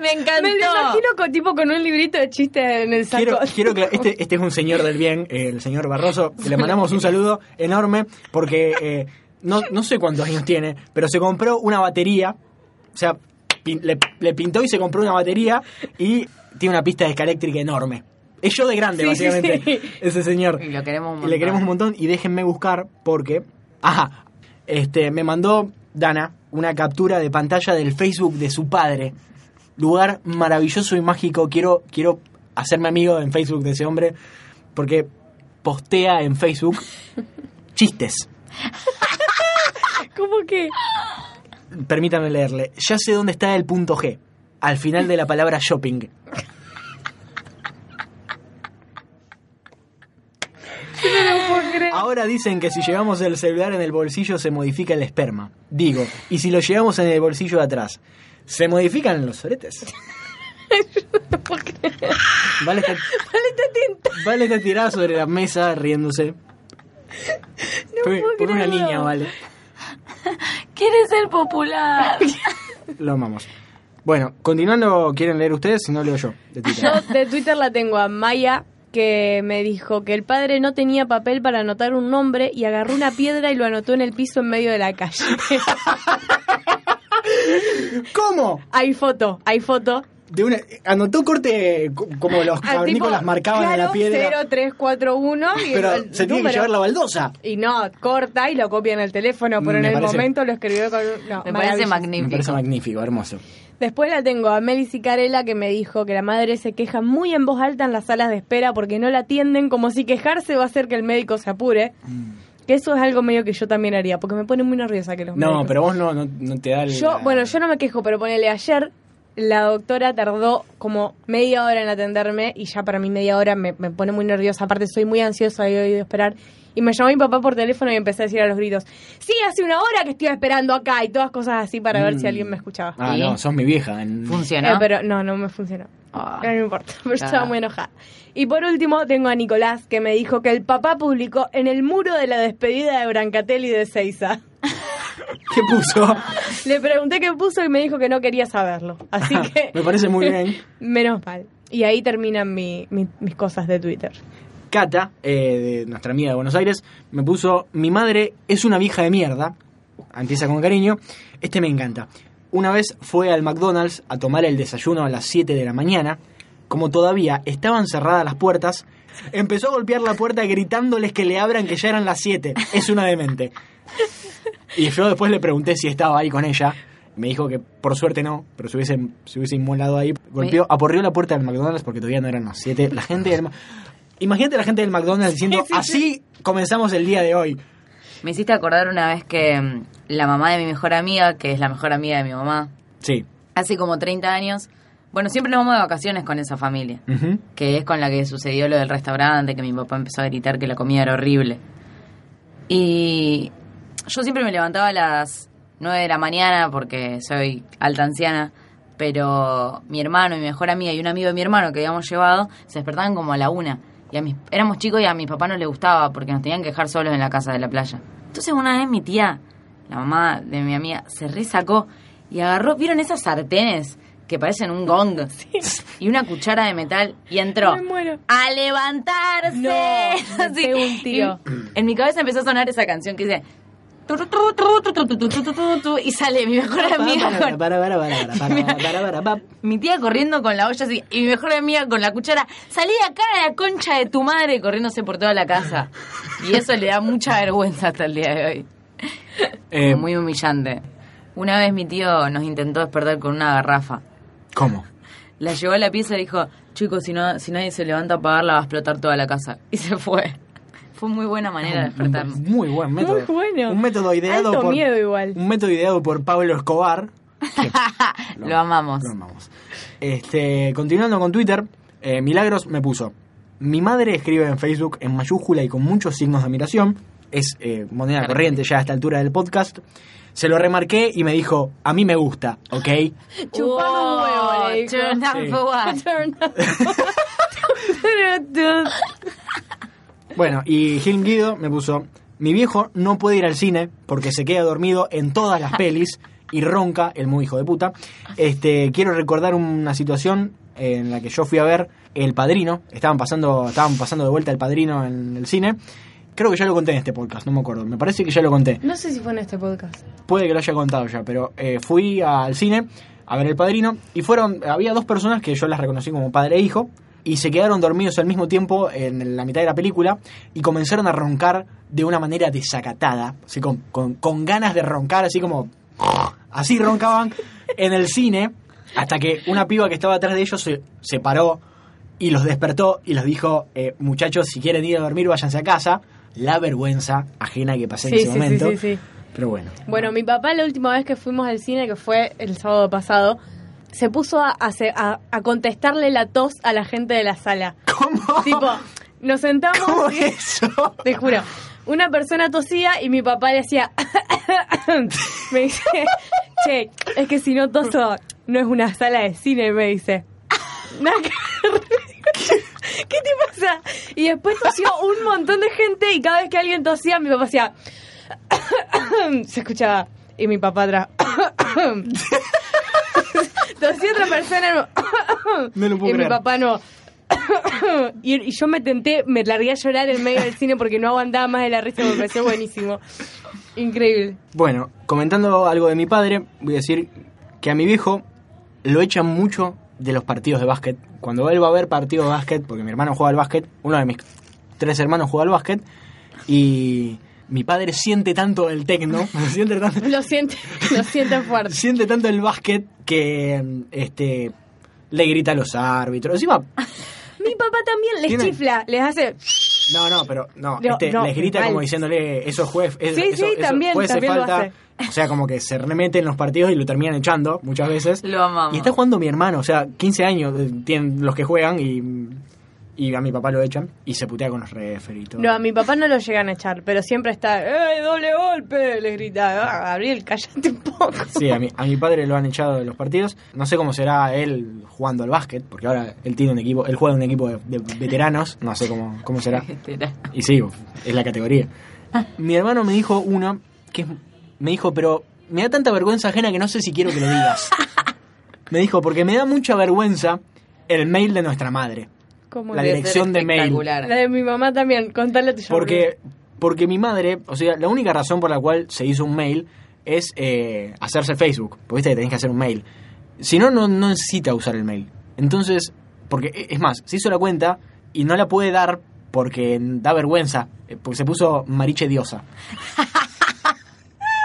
C: Me encantó.
A: Me lo imagino con, tipo con un librito de chistes en el saco.
B: Quiero, quiero que este, este es un señor del bien, eh, el señor Barroso. que Le mandamos un saludo enorme porque eh, no, no sé cuántos años tiene, pero se compró una batería. O sea, pin- le, le pintó y se compró una batería y tiene una pista de escala eléctrica enorme. Es yo de grande,
A: Sí, sí,
B: básicamente,
A: sí.
B: ese señor.
C: Y lo queremos un
B: Y le
C: montón.
B: queremos un montón. Y déjenme buscar porque. Ajá. Este, me mandó Dana una captura de pantalla del Facebook de su padre. Lugar maravilloso y mágico. Quiero, quiero hacerme amigo en Facebook de ese hombre. Porque postea en Facebook chistes.
A: ¿Cómo que?
B: Permítame leerle. Ya sé dónde está el punto G. Al final de la palabra shopping. Ahora dicen que si llevamos el celular en el bolsillo se modifica el esperma. Digo, y si lo llevamos en el bolsillo de atrás, ¿se modifican los soretes? Vale está, Vale está tirada sobre la mesa riéndose. Fue-
A: puedo
B: por una
A: creerlo.
B: niña, vale.
C: Quiere ser popular.
B: Lo amamos. Bueno, continuando, ¿quieren leer ustedes? Si no, leo yo. de Twitter.
A: Yo de Twitter la tengo a Maya, que me dijo que el padre no tenía papel para anotar un nombre y agarró una piedra y lo anotó en el piso en medio de la calle.
B: ¿Cómo?
A: hay foto, hay foto.
B: De una, anotó corte co- como
A: Al
B: los
A: Ah, tipo,
B: cavernícolas marcaban en la
A: claro,
B: piedra.
A: 0341 y
B: pero
A: el
B: se tiene que
A: número.
B: llevar la baldosa.
A: Y no, corta y lo copia en el teléfono, pero
B: Mm, Me
A: en el
B: parece-
A: momento lo escribió con un... no,
C: Me
A: maravilloso.
B: Me parece
C: parece magnífico.
B: magnífico, hermoso.
A: Después la tengo a Meli Cicarella que me dijo que la madre se queja muy en voz alta en las salas de espera porque no la atienden, como si quejarse va a hacer que el médico se apure.
B: Mm.
A: Que eso es algo medio que yo también haría, porque me pone muy nerviosa que los
B: No,
A: médicos-
B: pero vos no, no, no te da el.
A: Yo, bueno, yo no me quejo, pero ponele ayer la doctora tardó como media hora en atenderme y ya para mí media hora me, me pone muy nerviosa. Aparte, soy muy ansiosa y he oído esperar. Y me llamó mi papá por teléfono y empecé a decir a los gritos: Sí, hace una hora que estoy esperando acá y todas cosas así para ver
B: Mm.
A: si alguien me escuchaba.
B: Ah,
C: Sí.
B: no, sos mi vieja. en-
A: Eh,
C: Funciona.
A: pero no, no me funcionó.
C: Ah.
A: No me importa, pero
C: Ah.
A: estaba muy enojada. Y por último tengo a Nicolás que me dijo que el papá publicó en el muro de la despedida de Brancatelli de Seiza.
B: ¿Qué puso?
A: Le pregunté qué puso y me dijo que no quería saberlo. Así que...
B: me parece muy bien.
A: Menos mal. Y ahí terminan mi- mi- mis cosas de Twitter.
B: Cata, eh, de nuestra amiga de Buenos Aires, me puso: Mi madre es una vieja de mierda. Empieza con cariño. Este me encanta. Una vez fue al McDonald's a tomar el desayuno a las 7 de la mañana. Como todavía estaban cerradas las puertas, empezó a golpear la puerta gritándoles que le abran que ya eran las 7. Es una demente. Y yo después le pregunté si estaba ahí con ella. Me dijo que por suerte no, pero se hubiese, se hubiese inmolado ahí. Golpeó, aporrió la puerta del McDonald's porque todavía no eran las 7. La gente del Ma- Imagínate la gente del McDonald's diciendo, así comenzamos el día de hoy.
C: Me hiciste acordar una vez que mm, la mamá de mi mejor amiga, que es la mejor amiga de mi mamá,
B: Sí.
C: hace como 30 años Bueno, siempre nos vamos de vacaciones con esa familia,
B: Ujú.
C: que es con la que sucedió lo del restaurante, que mi papá empezó a gritar que la comida era horrible. Y yo siempre me levantaba a las 9 de la mañana porque soy alta anciana, pero mi hermano y mi mejor amiga y un amigo de mi hermano que habíamos llevado se despertaban como a la una. Y a mis, éramos chicos y a mi papá no le gustaba porque nos tenían que dejar solos en la casa de la playa. Entonces una vez mi tía, la mamá de mi amiga, se resacó y agarró, ¿vieron esas sartenes? que parecen un gong y una cuchara de metal y entró
A: Me muero.
C: a levantarse
A: No, me
C: Así.
A: pego un tiro.
C: Y en mi cabeza empezó a sonar esa canción que dice tu, tu, tu, tu, tu, tu, tu, tu, tu, tu, tu, tu, y sale mi mejor amiga
B: Para,
C: con-
B: para, para, para, para, para, para, para, para.
C: mi tía corriendo con la olla así y mi mejor amiga con la cuchara salí de acá de la concha de tu madre corriéndose por toda la casa y eso le da mucha vergüenza hasta el día de hoy
B: Eh,
C: muy humillante una vez mi tío nos intentó despertar con una garrafa
B: ¿Cómo?
C: La llevó a la pieza y dijo, chicos, si, no, si nadie se levanta a pagarla va a explotar toda la casa. Y se fue. Fue muy buena manera de despertarnos.
B: Muy buen método.
A: Muy bueno.
B: Un método ideado
A: Alto
B: por.
A: miedo igual.
B: Un método ideado por Pablo Escobar.
C: Lo amamos.
B: Lo amamos. Este, continuando con Twitter, eh, Milagros me puso. Mi madre escribe en Facebook en mayúscula y con muchos signos de admiración. Es eh, moneda corriente ya a esta altura del podcast. Se lo remarqué y me dijo, a mí me gusta, ¿ok?
A: Chupame un huevo, le dijo.
C: Turn down
B: Sí.
C: for what?
A: Turn down.
B: Bueno, y Gil Guido me puso, mi viejo no puede ir al cine porque se queda dormido en todas las pelis y ronca, el muy hijo de puta. Este, quiero recordar una situación en la que yo fui a ver El Padrino, estaban pasando, estaban pasando de vuelta El Padrino en el cine. Creo que ya lo conté en este podcast, no me acuerdo. Me parece que ya lo conté.
A: No sé si fue en este podcast.
B: Puede que lo haya contado ya, pero eh, fui al cine a ver El Padrino y fueron había dos personas que yo las reconocí como padre e hijo y se quedaron dormidos al mismo tiempo en la mitad de la película y comenzaron a roncar de una manera desacatada, así con, con- con ganas de roncar, así como así roncaban en el cine hasta que una piba que estaba atrás de ellos se, se paró y los despertó y les dijo, eh, muchachos, si quieren ir a dormir, váyanse a casa. La vergüenza ajena que pasé en
A: Sí,
B: ese
A: sí, sí,
B: momento.
A: sí, sí.
B: Pero bueno.
A: Bueno, mi papá la última vez que fuimos al cine, que fue el sábado pasado, se puso a, hacer- a- a contestarle la tos a la gente de la sala.
B: ¿Cómo?
A: Tipo, nos sentamos,
B: ¿Cómo es eso?
A: te juro. Una persona tosía y mi papá le hacía... me dice, che, es que si no toso, no es una sala de cine, me dice. Nada que ver. ¿Qué te pasa? Y después tosió un montón de gente y cada vez que alguien tosía, mi papá hacía... se escuchaba. Y mi papá atrás. Tosía otra persona.
B: No lo puedo
A: y mi
B: creer.
A: papá no. y, y yo me tenté, me largué a llorar en medio del cine porque no aguantaba más de la risa, me pareció buenísimo. Increíble.
B: Bueno, comentando algo de mi padre, voy a decir que a mi viejo lo echan mucho de los partidos de básquet. Cuando él va a ver partidos de básquet, porque mi hermano juega al básquet, uno de mis tres hermanos juega al básquet, y mi padre siente tanto el tecno, siente tanto,
A: Lo siente, lo siente fuerte.
B: siente tanto el básquet que este le grita a los árbitros. Encima,
A: Mi papá también les
B: Tiene-
A: chifla, les hace.
B: No, no, pero no,
A: No,
B: este,
A: no,
B: les grita
A: mal.
B: como diciéndole eso juez, eso,
A: Sí, sí,
B: eso- eso
A: también,
B: juez hace
A: también lo
B: falta. O sea, como que se remete en los partidos y lo terminan echando muchas veces.
C: Lo amamos.
B: Y está jugando mi hermano, o sea, 15 años eh, tienen los que juegan y, y a mi papá lo echan y se putea con los referitos.
A: No, a mi papá no lo llegan a echar, pero siempre está. ¡Eh, doble golpe! Les grita. "Ah, Gabriel, cállate un poco.
B: Sí, a mi, a mi padre lo han echado de los partidos. No sé cómo será él jugando al básquet, porque ahora él tiene un equipo, él juega en un equipo de, de veteranos, no sé cómo, cómo será.
C: Este
B: Y sí, es la categoría. Mi hermano me dijo uno que es- me dijo, pero me da tanta vergüenza ajena que no sé si quiero que lo digas. Me dijo, porque me da mucha vergüenza el mail de nuestra madre.
A: ¿Cómo
B: La
A: le-
B: dirección. de mail.
A: La de mi mamá también, contale a tu
B: Porque, porque mi madre, o sea, la única razón por la cual se hizo un mail es eh, hacerse Facebook. Porque viste que tenés que hacer un mail. Si no, no, no necesita usar el mail. Entonces, porque e- es más, se hizo la cuenta y no la puede dar porque da vergüenza. eh, Porque se puso Mariche Diosa.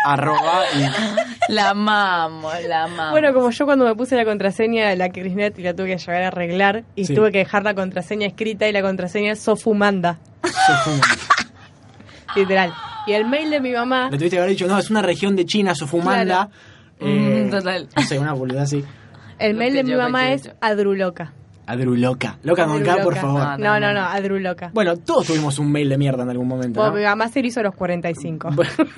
B: Arroba y.
C: La amamos, la amamos.
A: Bueno, como yo cuando me puse la contraseña de la Crisnet y la tuve que llegar a arreglar y
B: Sí.
A: tuve que dejar la contraseña escrita y la contraseña es Sofumanda,
B: se fuma.
A: literal. Y el mail de mi mamá,
B: Le tuviste que haber dicho, no, es una región de China, su fumanda.
A: Claro.
B: eh,
C: Mm, total.
B: No sé, una boluda así.
A: El
C: Lo
A: mail
C: que
A: de mi
C: yo
A: mamá es
C: coincido.
A: adruloca.
B: Adruloca. Loca con K, por
A: Adruloca.
B: favor.
C: Ah,
A: No,
C: no,
A: no,
C: no.
A: no, adruloca.
B: Bueno, todos tuvimos un mail de mierda en algún momento.
A: Bueno,
B: ¿no?
A: mi mamá se lo hizo a los 45.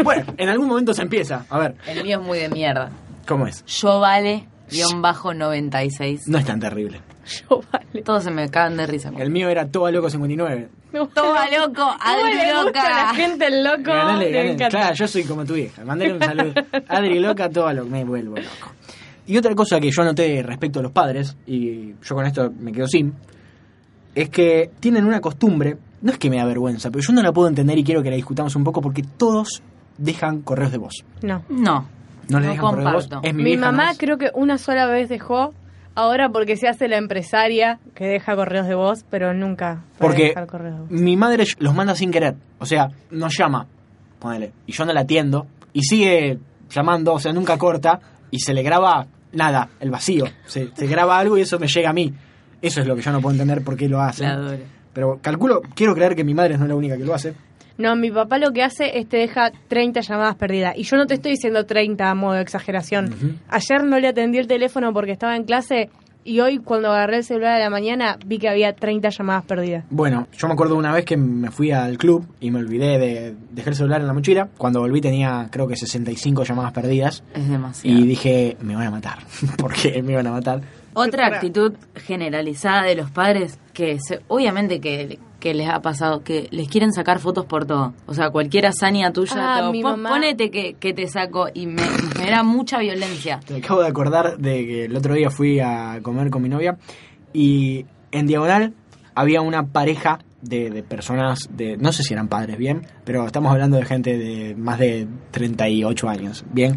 B: Bueno, en algún momento se empieza. A ver,
C: El mío es muy de mierda.
B: ¿cómo es?
C: Yo vale, guión bajo 96.
B: No es tan terrible.
A: Yo vale.
C: Todos se me cagan de risa.
B: El mío era Toa Loco 59.
C: Toma loco,
A: ¿Cómo le
C: Adri
A: gusta a
C: loca.
A: la gente el loco?
B: Ganale,
A: Me
B: ganale.
A: encanta.
B: Claro, yo soy como tu vieja. Mandale un saludo. Adri Loca, Toa Loco. Me vuelvo loco. Y otra cosa que yo anoté respecto a los padres, y yo con esto me quedo sin, es que tienen una costumbre, no es que me da vergüenza, pero yo no la puedo entender y quiero que la discutamos un poco porque todos dejan correos de voz.
A: No.
C: No.
B: No le
C: No
B: dejan correos de voz.
C: comparto.
B: Es mi,
A: Mi,
B: vieja
A: mamá
B: nomás.
A: creo que una sola vez dejó, ahora porque se hace la empresaria que deja correos de voz, pero nunca puede
B: Porque
A: dejar correos de voz.
B: mi madre los manda sin querer. O sea, nos llama, ponele, y yo no la atiendo. Y sigue llamando, o sea, nunca corta. Y se le graba nada, el vacío. Se, se graba algo y eso me llega a mí. Eso es lo que yo no puedo entender por qué lo hace.
C: La adoro.
B: Pero calculo, quiero creer que mi madre no es la única que lo hace.
A: No, mi papá lo que hace es te deja 30 llamadas perdidas. Y yo no te estoy diciendo 30 a modo de exageración.
B: Ujú.
A: Ayer no le atendí el teléfono porque estaba en clase y hoy cuando agarré el celular a la mañana vi que había 30 llamadas perdidas.
B: Bueno, yo me acuerdo una vez que me fui al club y me olvidé de dejar el celular en la mochila. Cuando volví tenía creo que 65 llamadas perdidas.
C: Es demasiado.
B: Y dije, me van a matar. porque me iban a matar.
C: Otra actitud generalizada de los padres que se- obviamente que, que les ha pasado, que les quieren sacar fotos por todo. O sea, cualquier hazaña tuya,
A: Ah,
C: todo,
A: mi
C: "Pon-
A: mamá-
C: ponete que, que te saco y me, me genera mucha violencia.
B: Te acabo de acordar de que el otro día fui a comer con mi novia y en diagonal había una pareja de, de personas, de no sé si eran padres, bien, pero estamos hablando de gente de más de 38 años, bien.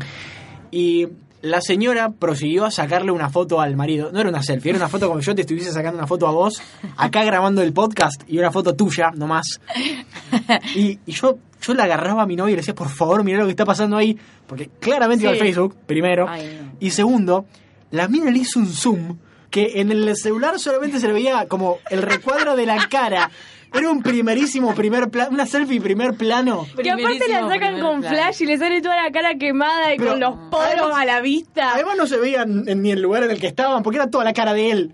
B: Y la señora prosiguió a sacarle una foto al marido. No era una selfie, era una foto como yo te estuviese sacando una foto a vos, acá grabando el podcast y una foto tuya, nomás. Y, y yo, yo la agarraba a mi novia y le decía, por favor, mirá lo que está pasando ahí. Porque claramente iba al
A: Sí.
B: Facebook, primero.
C: Ay, no.
B: Y segundo, la mina le hizo un zoom que en el celular solamente se le veía como el recuadro de la cara. Era un primerísimo primer plano, una selfie primer plano.
A: Que aparte la
C: Primerísimo
A: sacan
C: primer
A: con
C: plano.
A: flash y le sale toda la cara quemada y
B: Pero-
A: con los poros a la vista.
B: Además no se veían en- ni el lugar en el que estaban, porque era toda la cara de él.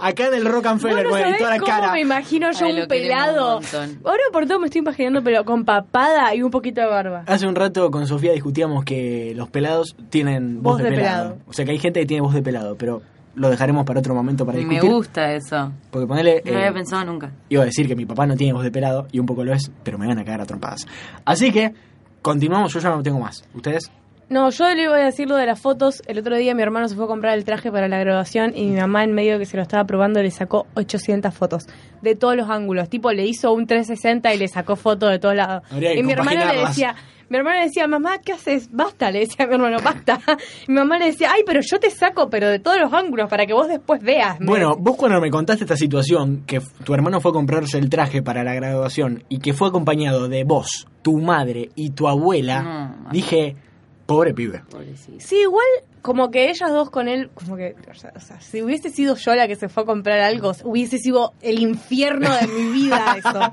B: Acá en el Rock and
A: Vos
B: Feller,
A: no
B: güey,
A: sabés
B: toda la
A: cómo
B: cara.
A: me imagino yo
C: Ay,
A: un
C: lo queremos
A: pelado.
C: un montón.
A: Ahora por todo me estoy imaginando, pero con papada y un poquito de barba.
B: Hace un rato con Sofía discutíamos que los pelados tienen voz, de, pelado. O sea que hay gente que tiene voz de pelado, pero lo dejaremos para otro momento para
C: Me
B: discutir.
C: gusta eso.
B: Porque ponele.
C: No lo había
B: eh,
C: pensado nunca.
B: Iba a decir que mi papá no tiene voz de pelado, y un poco lo es, pero me van a cagar a trompadas. Así que, continuamos, yo ya no tengo más. ¿Ustedes?
A: No, yo le iba a decir lo de las fotos. El otro día mi hermano se fue a comprar el traje para la graduación y mi mamá en medio de que se lo estaba probando le sacó 800 fotos de todos los ángulos. Tipo, le hizo un 360 y le sacó fotos de todos lados.
B: Habría que
A: Y mi hermano le
B: compaginarlas.
A: decía, mi hermano le decía, mamá, ¿qué haces? Basta, le decía a mi hermano, basta. Y mi mamá le decía, ay, pero yo te saco, pero de todos los ángulos para que vos después veas. Me
B: Bueno, vos cuando me contaste esta situación, que f- tu hermano fue a comprarse el traje para la graduación y que fue acompañado de vos, tu madre y tu abuela,
C: No,
B: dije, pobre pibe.
C: Pobrecito.
A: Sí, igual como que ellas dos con él, como que, o sea, o sea, si hubiese sido yo la que se fue a comprar algo, hubiese sido el infierno de mi vida eso.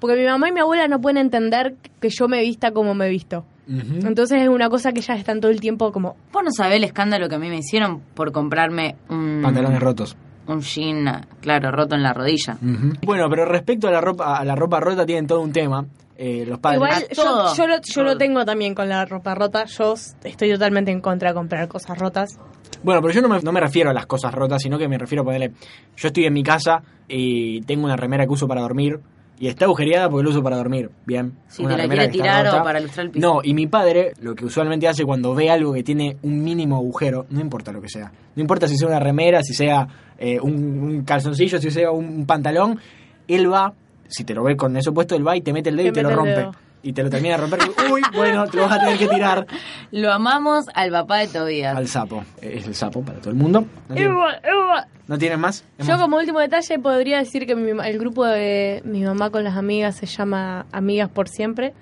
A: Porque mi mamá y mi abuela no pueden entender que yo me vista como me visto.
B: Ujú.
A: Entonces es una cosa que ellas están todo el tiempo como,
C: Vos no sabés el escándalo que a mí me hicieron por comprarme un,
B: Pantalones rotos.
C: un jean, claro, roto en la rodilla.
B: Ujú. Bueno, pero respecto a la ropa, a la ropa rota tienen todo un tema. eh, los padres.
A: igual
C: a
A: yo,
C: todo.
A: yo, lo, yo lo
C: Todo.
A: tengo también con la ropa rota, yo s- estoy totalmente en contra de comprar cosas rotas.
B: Bueno, pero yo no me, no me refiero a las cosas rotas, sino que me refiero a ponerle. Yo estoy en mi casa y tengo una remera que uso para dormir. Y está agujereada porque lo uso para dormir. Bien.
C: Si
B: Una
C: te la
B: remera
C: quiere
B: que está
C: tirar
B: rota.
C: o para ilustrar el piso.
B: No, y mi padre lo que usualmente hace cuando ve algo que tiene un mínimo agujero, no importa lo que sea, no importa si sea una remera, si sea eh, un, un calzoncillo, si sea un, un pantalón, él va, si te lo ve con eso puesto, él va y te mete el dedo
A: Te
B: y te lo
A: mete el
B: rompe.
A: dedo.
B: Y te lo termina de romper. y, Uy, bueno, te lo vas a tener que tirar
C: Lo amamos al papá de Tobías.
B: al sapo. Es el sapo para todo el mundo. ¿No tienen,
A: Igual, igual.
B: no tienen más?
A: Yo como último detalle podría decir que mi ma- el grupo de mi mamá con las amigas se llama Amigas por Siempre.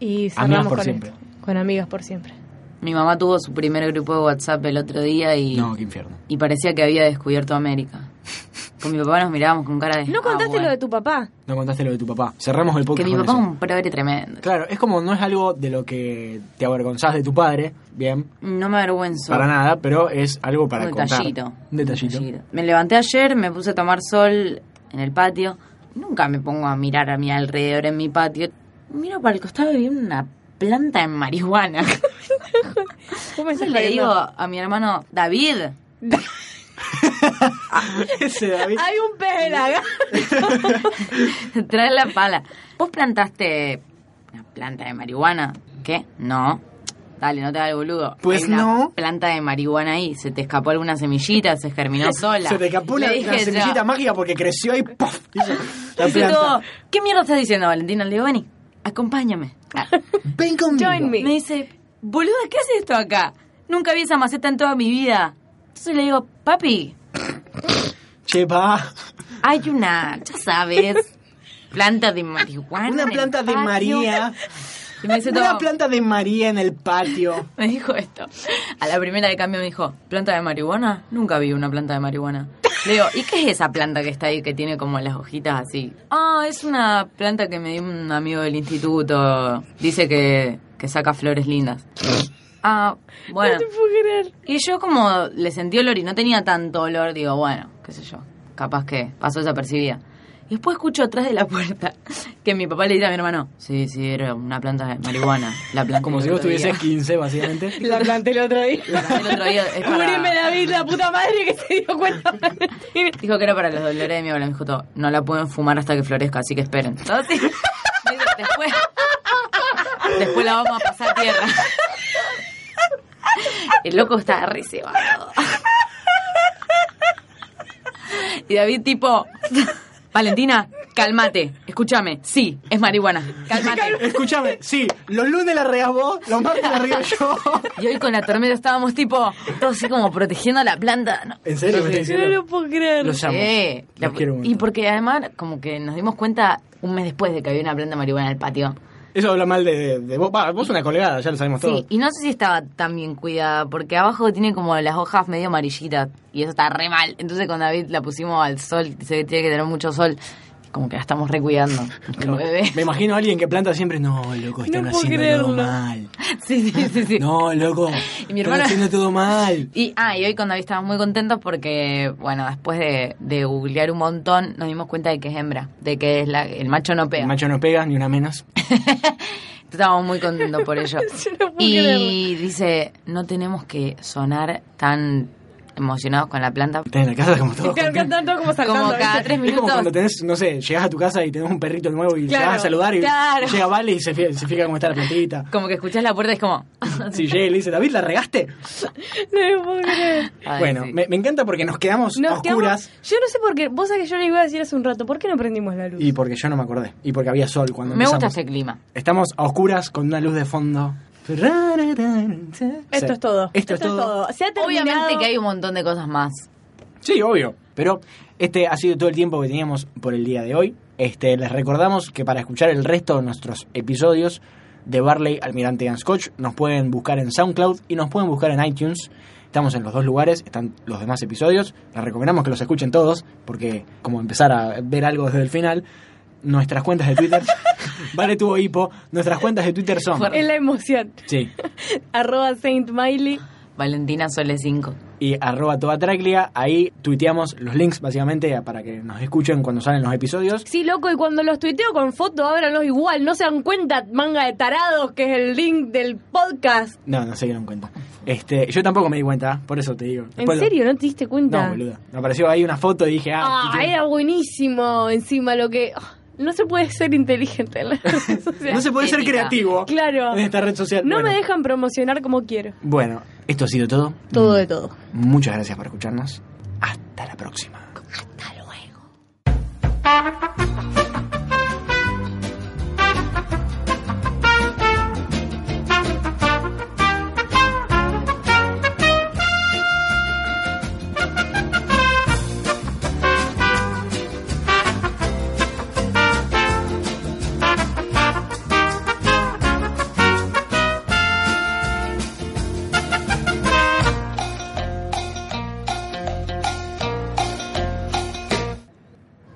A: Y cerramos
B: Amigas por
A: con
B: Siempre.
A: esto, con Amigas por Siempre.
C: Mi mamá tuvo su primer grupo de WhatsApp el otro día y,
B: No, qué infierno.
C: y parecía que había descubierto América. Con mi papá nos mirábamos con cara de.
B: Eh,
C: "Ah,
B: ah,
A: ¿No contaste lo de tu papá?
B: No contaste lo de tu papá. Cerramos el
C: Que
B: podcast
C: mi
B: con
C: papá es
B: eso.
C: un progre tremendo.
B: Claro, es como no es algo de lo que te avergonzás de tu padre, bien,
C: No me avergüenzo.
B: para nada, pero es algo para
C: un
B: contar.
C: detallito.
B: Un detallito.
C: Un detallito. Me levanté ayer, me puse a tomar sol en el patio. Nunca me pongo a mirar a mi alrededor en mi patio. Miro para el costado y vi una planta en marihuana.
A: ¿Cómo me estás
C: Entonces le digo
A: jodiendo?
C: a mi hermano, David,
B: Ese David.
A: Hay un pez en la
C: trae la pala. ¿Vos plantaste una planta de marihuana? ¿Qué? No. Dale, no te hagas el boludo.
B: Pues
C: Hay una
B: no.
C: planta de marihuana ahí. Se te escapó alguna semillita, se germinó sola.
B: Se te escapó
C: Le
B: una,
C: dije
B: una
C: yo.
B: semillita mágica porque creció y ¡puff! hizo la
C: Dice todo,
B: planta.
C: ¿Qué mierda estás diciendo, Valentina? Le digo, vení, acompáñame. Ah.
B: Ven conmigo.
A: Join me.
C: Me dice, boluda, ¿qué haces esto acá? Nunca vi esa maceta en toda mi vida. Entonces le digo, papi,
B: Che, pa.
C: hay una, ya sabes, planta de marihuana.
B: Una
C: en el
B: planta de
C: patio".
B: María.
C: Y me dice
B: Una
C: todo,
B: planta de María en el patio.
C: me dijo esto. A la primera de cambio me dijo, ¿planta de marihuana? Nunca vi una planta de marihuana. Le digo, ¿y qué es esa planta que está ahí que tiene como las hojitas así? Ah, es una planta que me dio un amigo del instituto. Dice que, que saca flores lindas. Ah, bueno.
A: No te puedo creer.
C: Y yo como le sentí olor y no tenía tanto olor, digo, bueno, qué sé yo, capaz que pasó desapercibida. Y después escucho atrás de la puerta que mi papá le dice a mi hermano, sí, sí, era una planta de marihuana. La planta
B: Como si vos tuvieses 15, básicamente.
A: La planté el otro día.
C: El otro día es para-
A: Muríme David, la puta madre que se dio cuenta.
C: Dijo que era para los dolores de mi abuela. Me dijo todo, no la pueden fumar hasta que florezca, así que esperen. Todo así. Me dice, Después, después la vamos a pasar tierra. El loco está reservado. Y David tipo, Valentina, cálmate, escúchame, sí, es marihuana, cálmate.
B: Escúchame, sí, los lunes la reas vos, los martes la río yo.
C: Y hoy con la tormenta estábamos tipo, todos así como protegiendo la planta. ¿no?
B: ¿En serio? me estás
A: No
B: diciendo?
A: lo puedo creer.
B: Los amo.
C: Sí,
B: Los
C: la-
B: quiero un
C: y
B: montón.
C: porque además, como que nos dimos cuenta un mes después de que había una planta de marihuana en el patio.
B: Eso habla mal de, de vos. Va, vos una colegada, ya lo sabemos todo.
C: Sí, y no sé si estaba tan bien cuidada, porque abajo tiene como las hojas medio amarillitas y eso está re mal. Entonces con David la pusimos al sol, dice que tiene que tener mucho sol, como que la estamos recuidando, nuestro bebé.
B: Me imagino a alguien que planta siempre, no, loco, están
A: No puedo
B: haciendo todo
A: creerlo.
B: mal.
C: Sí, sí, sí, sí.
B: No, loco,
C: Y mi
B: están
C: hermana-
B: haciendo todo mal.
C: Y, ah, y hoy con David estábamos muy contentos porque, bueno, después de, de googlear un montón, nos dimos cuenta de que es hembra, de que es la, el macho no pega.
B: El macho no pega, ni una menos.
C: Estábamos muy contentos por ello.
A: Yo no puedo
C: y
A: creerlo.
C: dice, no tenemos que sonar tan emocionados con la planta.
B: Estás en la casa como todo.
A: Claro, cantando como saltando.
C: Como cada
A: ¿viste?
C: tres
B: Es como
C: minutos.
B: cuando tenés, no sé, llegás a tu casa y tenés un perrito nuevo y
A: Claro,
B: llegás a saludar y
C: claro.
B: llega Vale y se, fija- se fija cómo está la plantita.
C: Como que escuchás la puerta y es como...
B: Si llega y le dice, David, ¿la regaste?
A: No lo puedo creer.
C: Ay,
B: bueno,
C: sí.
B: me, me encanta porque nos quedamos a
A: Nos
B: oscuras.
A: quedamos- Yo no sé por qué. Vos sabés que yo le iba a decir hace un rato. ¿Por qué no prendimos la luz?
B: Y porque yo no me acordé. Y porque había sol cuando
C: me gusta
B: empezamos.
C: este clima.
B: Estamos a oscuras con una luz de fondo.
A: Esto es todo.
B: Esto, es todo.
A: Se ha terminado.
C: Obviamente que hay un montón de cosas más.
B: Sí, obvio. Pero este ha sido todo el tiempo que teníamos por el día de hoy. Este, les recordamos que para escuchar el resto de nuestros episodios de Barley, Almirante y Scotch, nos pueden buscar en SoundCloud y nos pueden buscar en iTunes. Estamos en los dos lugares, están los demás episodios. Les recomendamos que los escuchen todos, porque como empezar a ver algo desde el final, nuestras cuentas de Twitter, vale tuvo hipo, nuestras cuentas de Twitter son...
A: Es la emoción.
B: Sí,
A: Arroba Saint Miley.
C: Valentina Sole 5.
B: y arroba toda traclia, ahí tuiteamos los links básicamente para que nos escuchen cuando salen los episodios.
A: Sí, loco, y cuando los tuiteo con foto, ábranlos igual. No se dan cuenta, manga de tarados, que es el link del podcast.
B: No, no se dieron cuenta. Este, yo tampoco me di cuenta, por eso te digo.
A: ¿En
B: Después lo-
A: serio? ¿No te diste cuenta?
B: No, boluda. Me apareció ahí una foto y dije, ah,
A: Ah, era buenísimo. Encima lo que... oh, no se puede ser inteligente en las redes sociales.
B: no se puede ser
C: Ética.
B: creativo
A: Claro.
B: en esta red social.
A: No
B: Bueno.
A: me dejan promocionar como quiero.
B: Bueno, esto ha sido todo.
A: Todo de todo.
B: Muchas gracias por escucharnos. Hasta la próxima.
A: Hasta luego.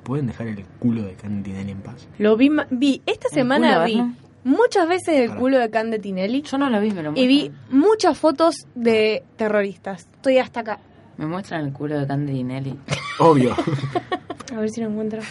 B: pueden dejar el culo de Cantinelli en paz.
A: Lo vi, ma- vi esta
C: El
A: semana
C: culo,
A: vi
C: ¿no?
A: muchas veces el
B: Pará.
A: culo de Cande Tinelli
C: Yo no lo vi, me lo muestran.
A: y vi muchas fotos de terroristas. Estoy hasta acá.
C: Me muestran el culo de Candy Nelly.
B: Obvio.
A: A ver si lo encuentro.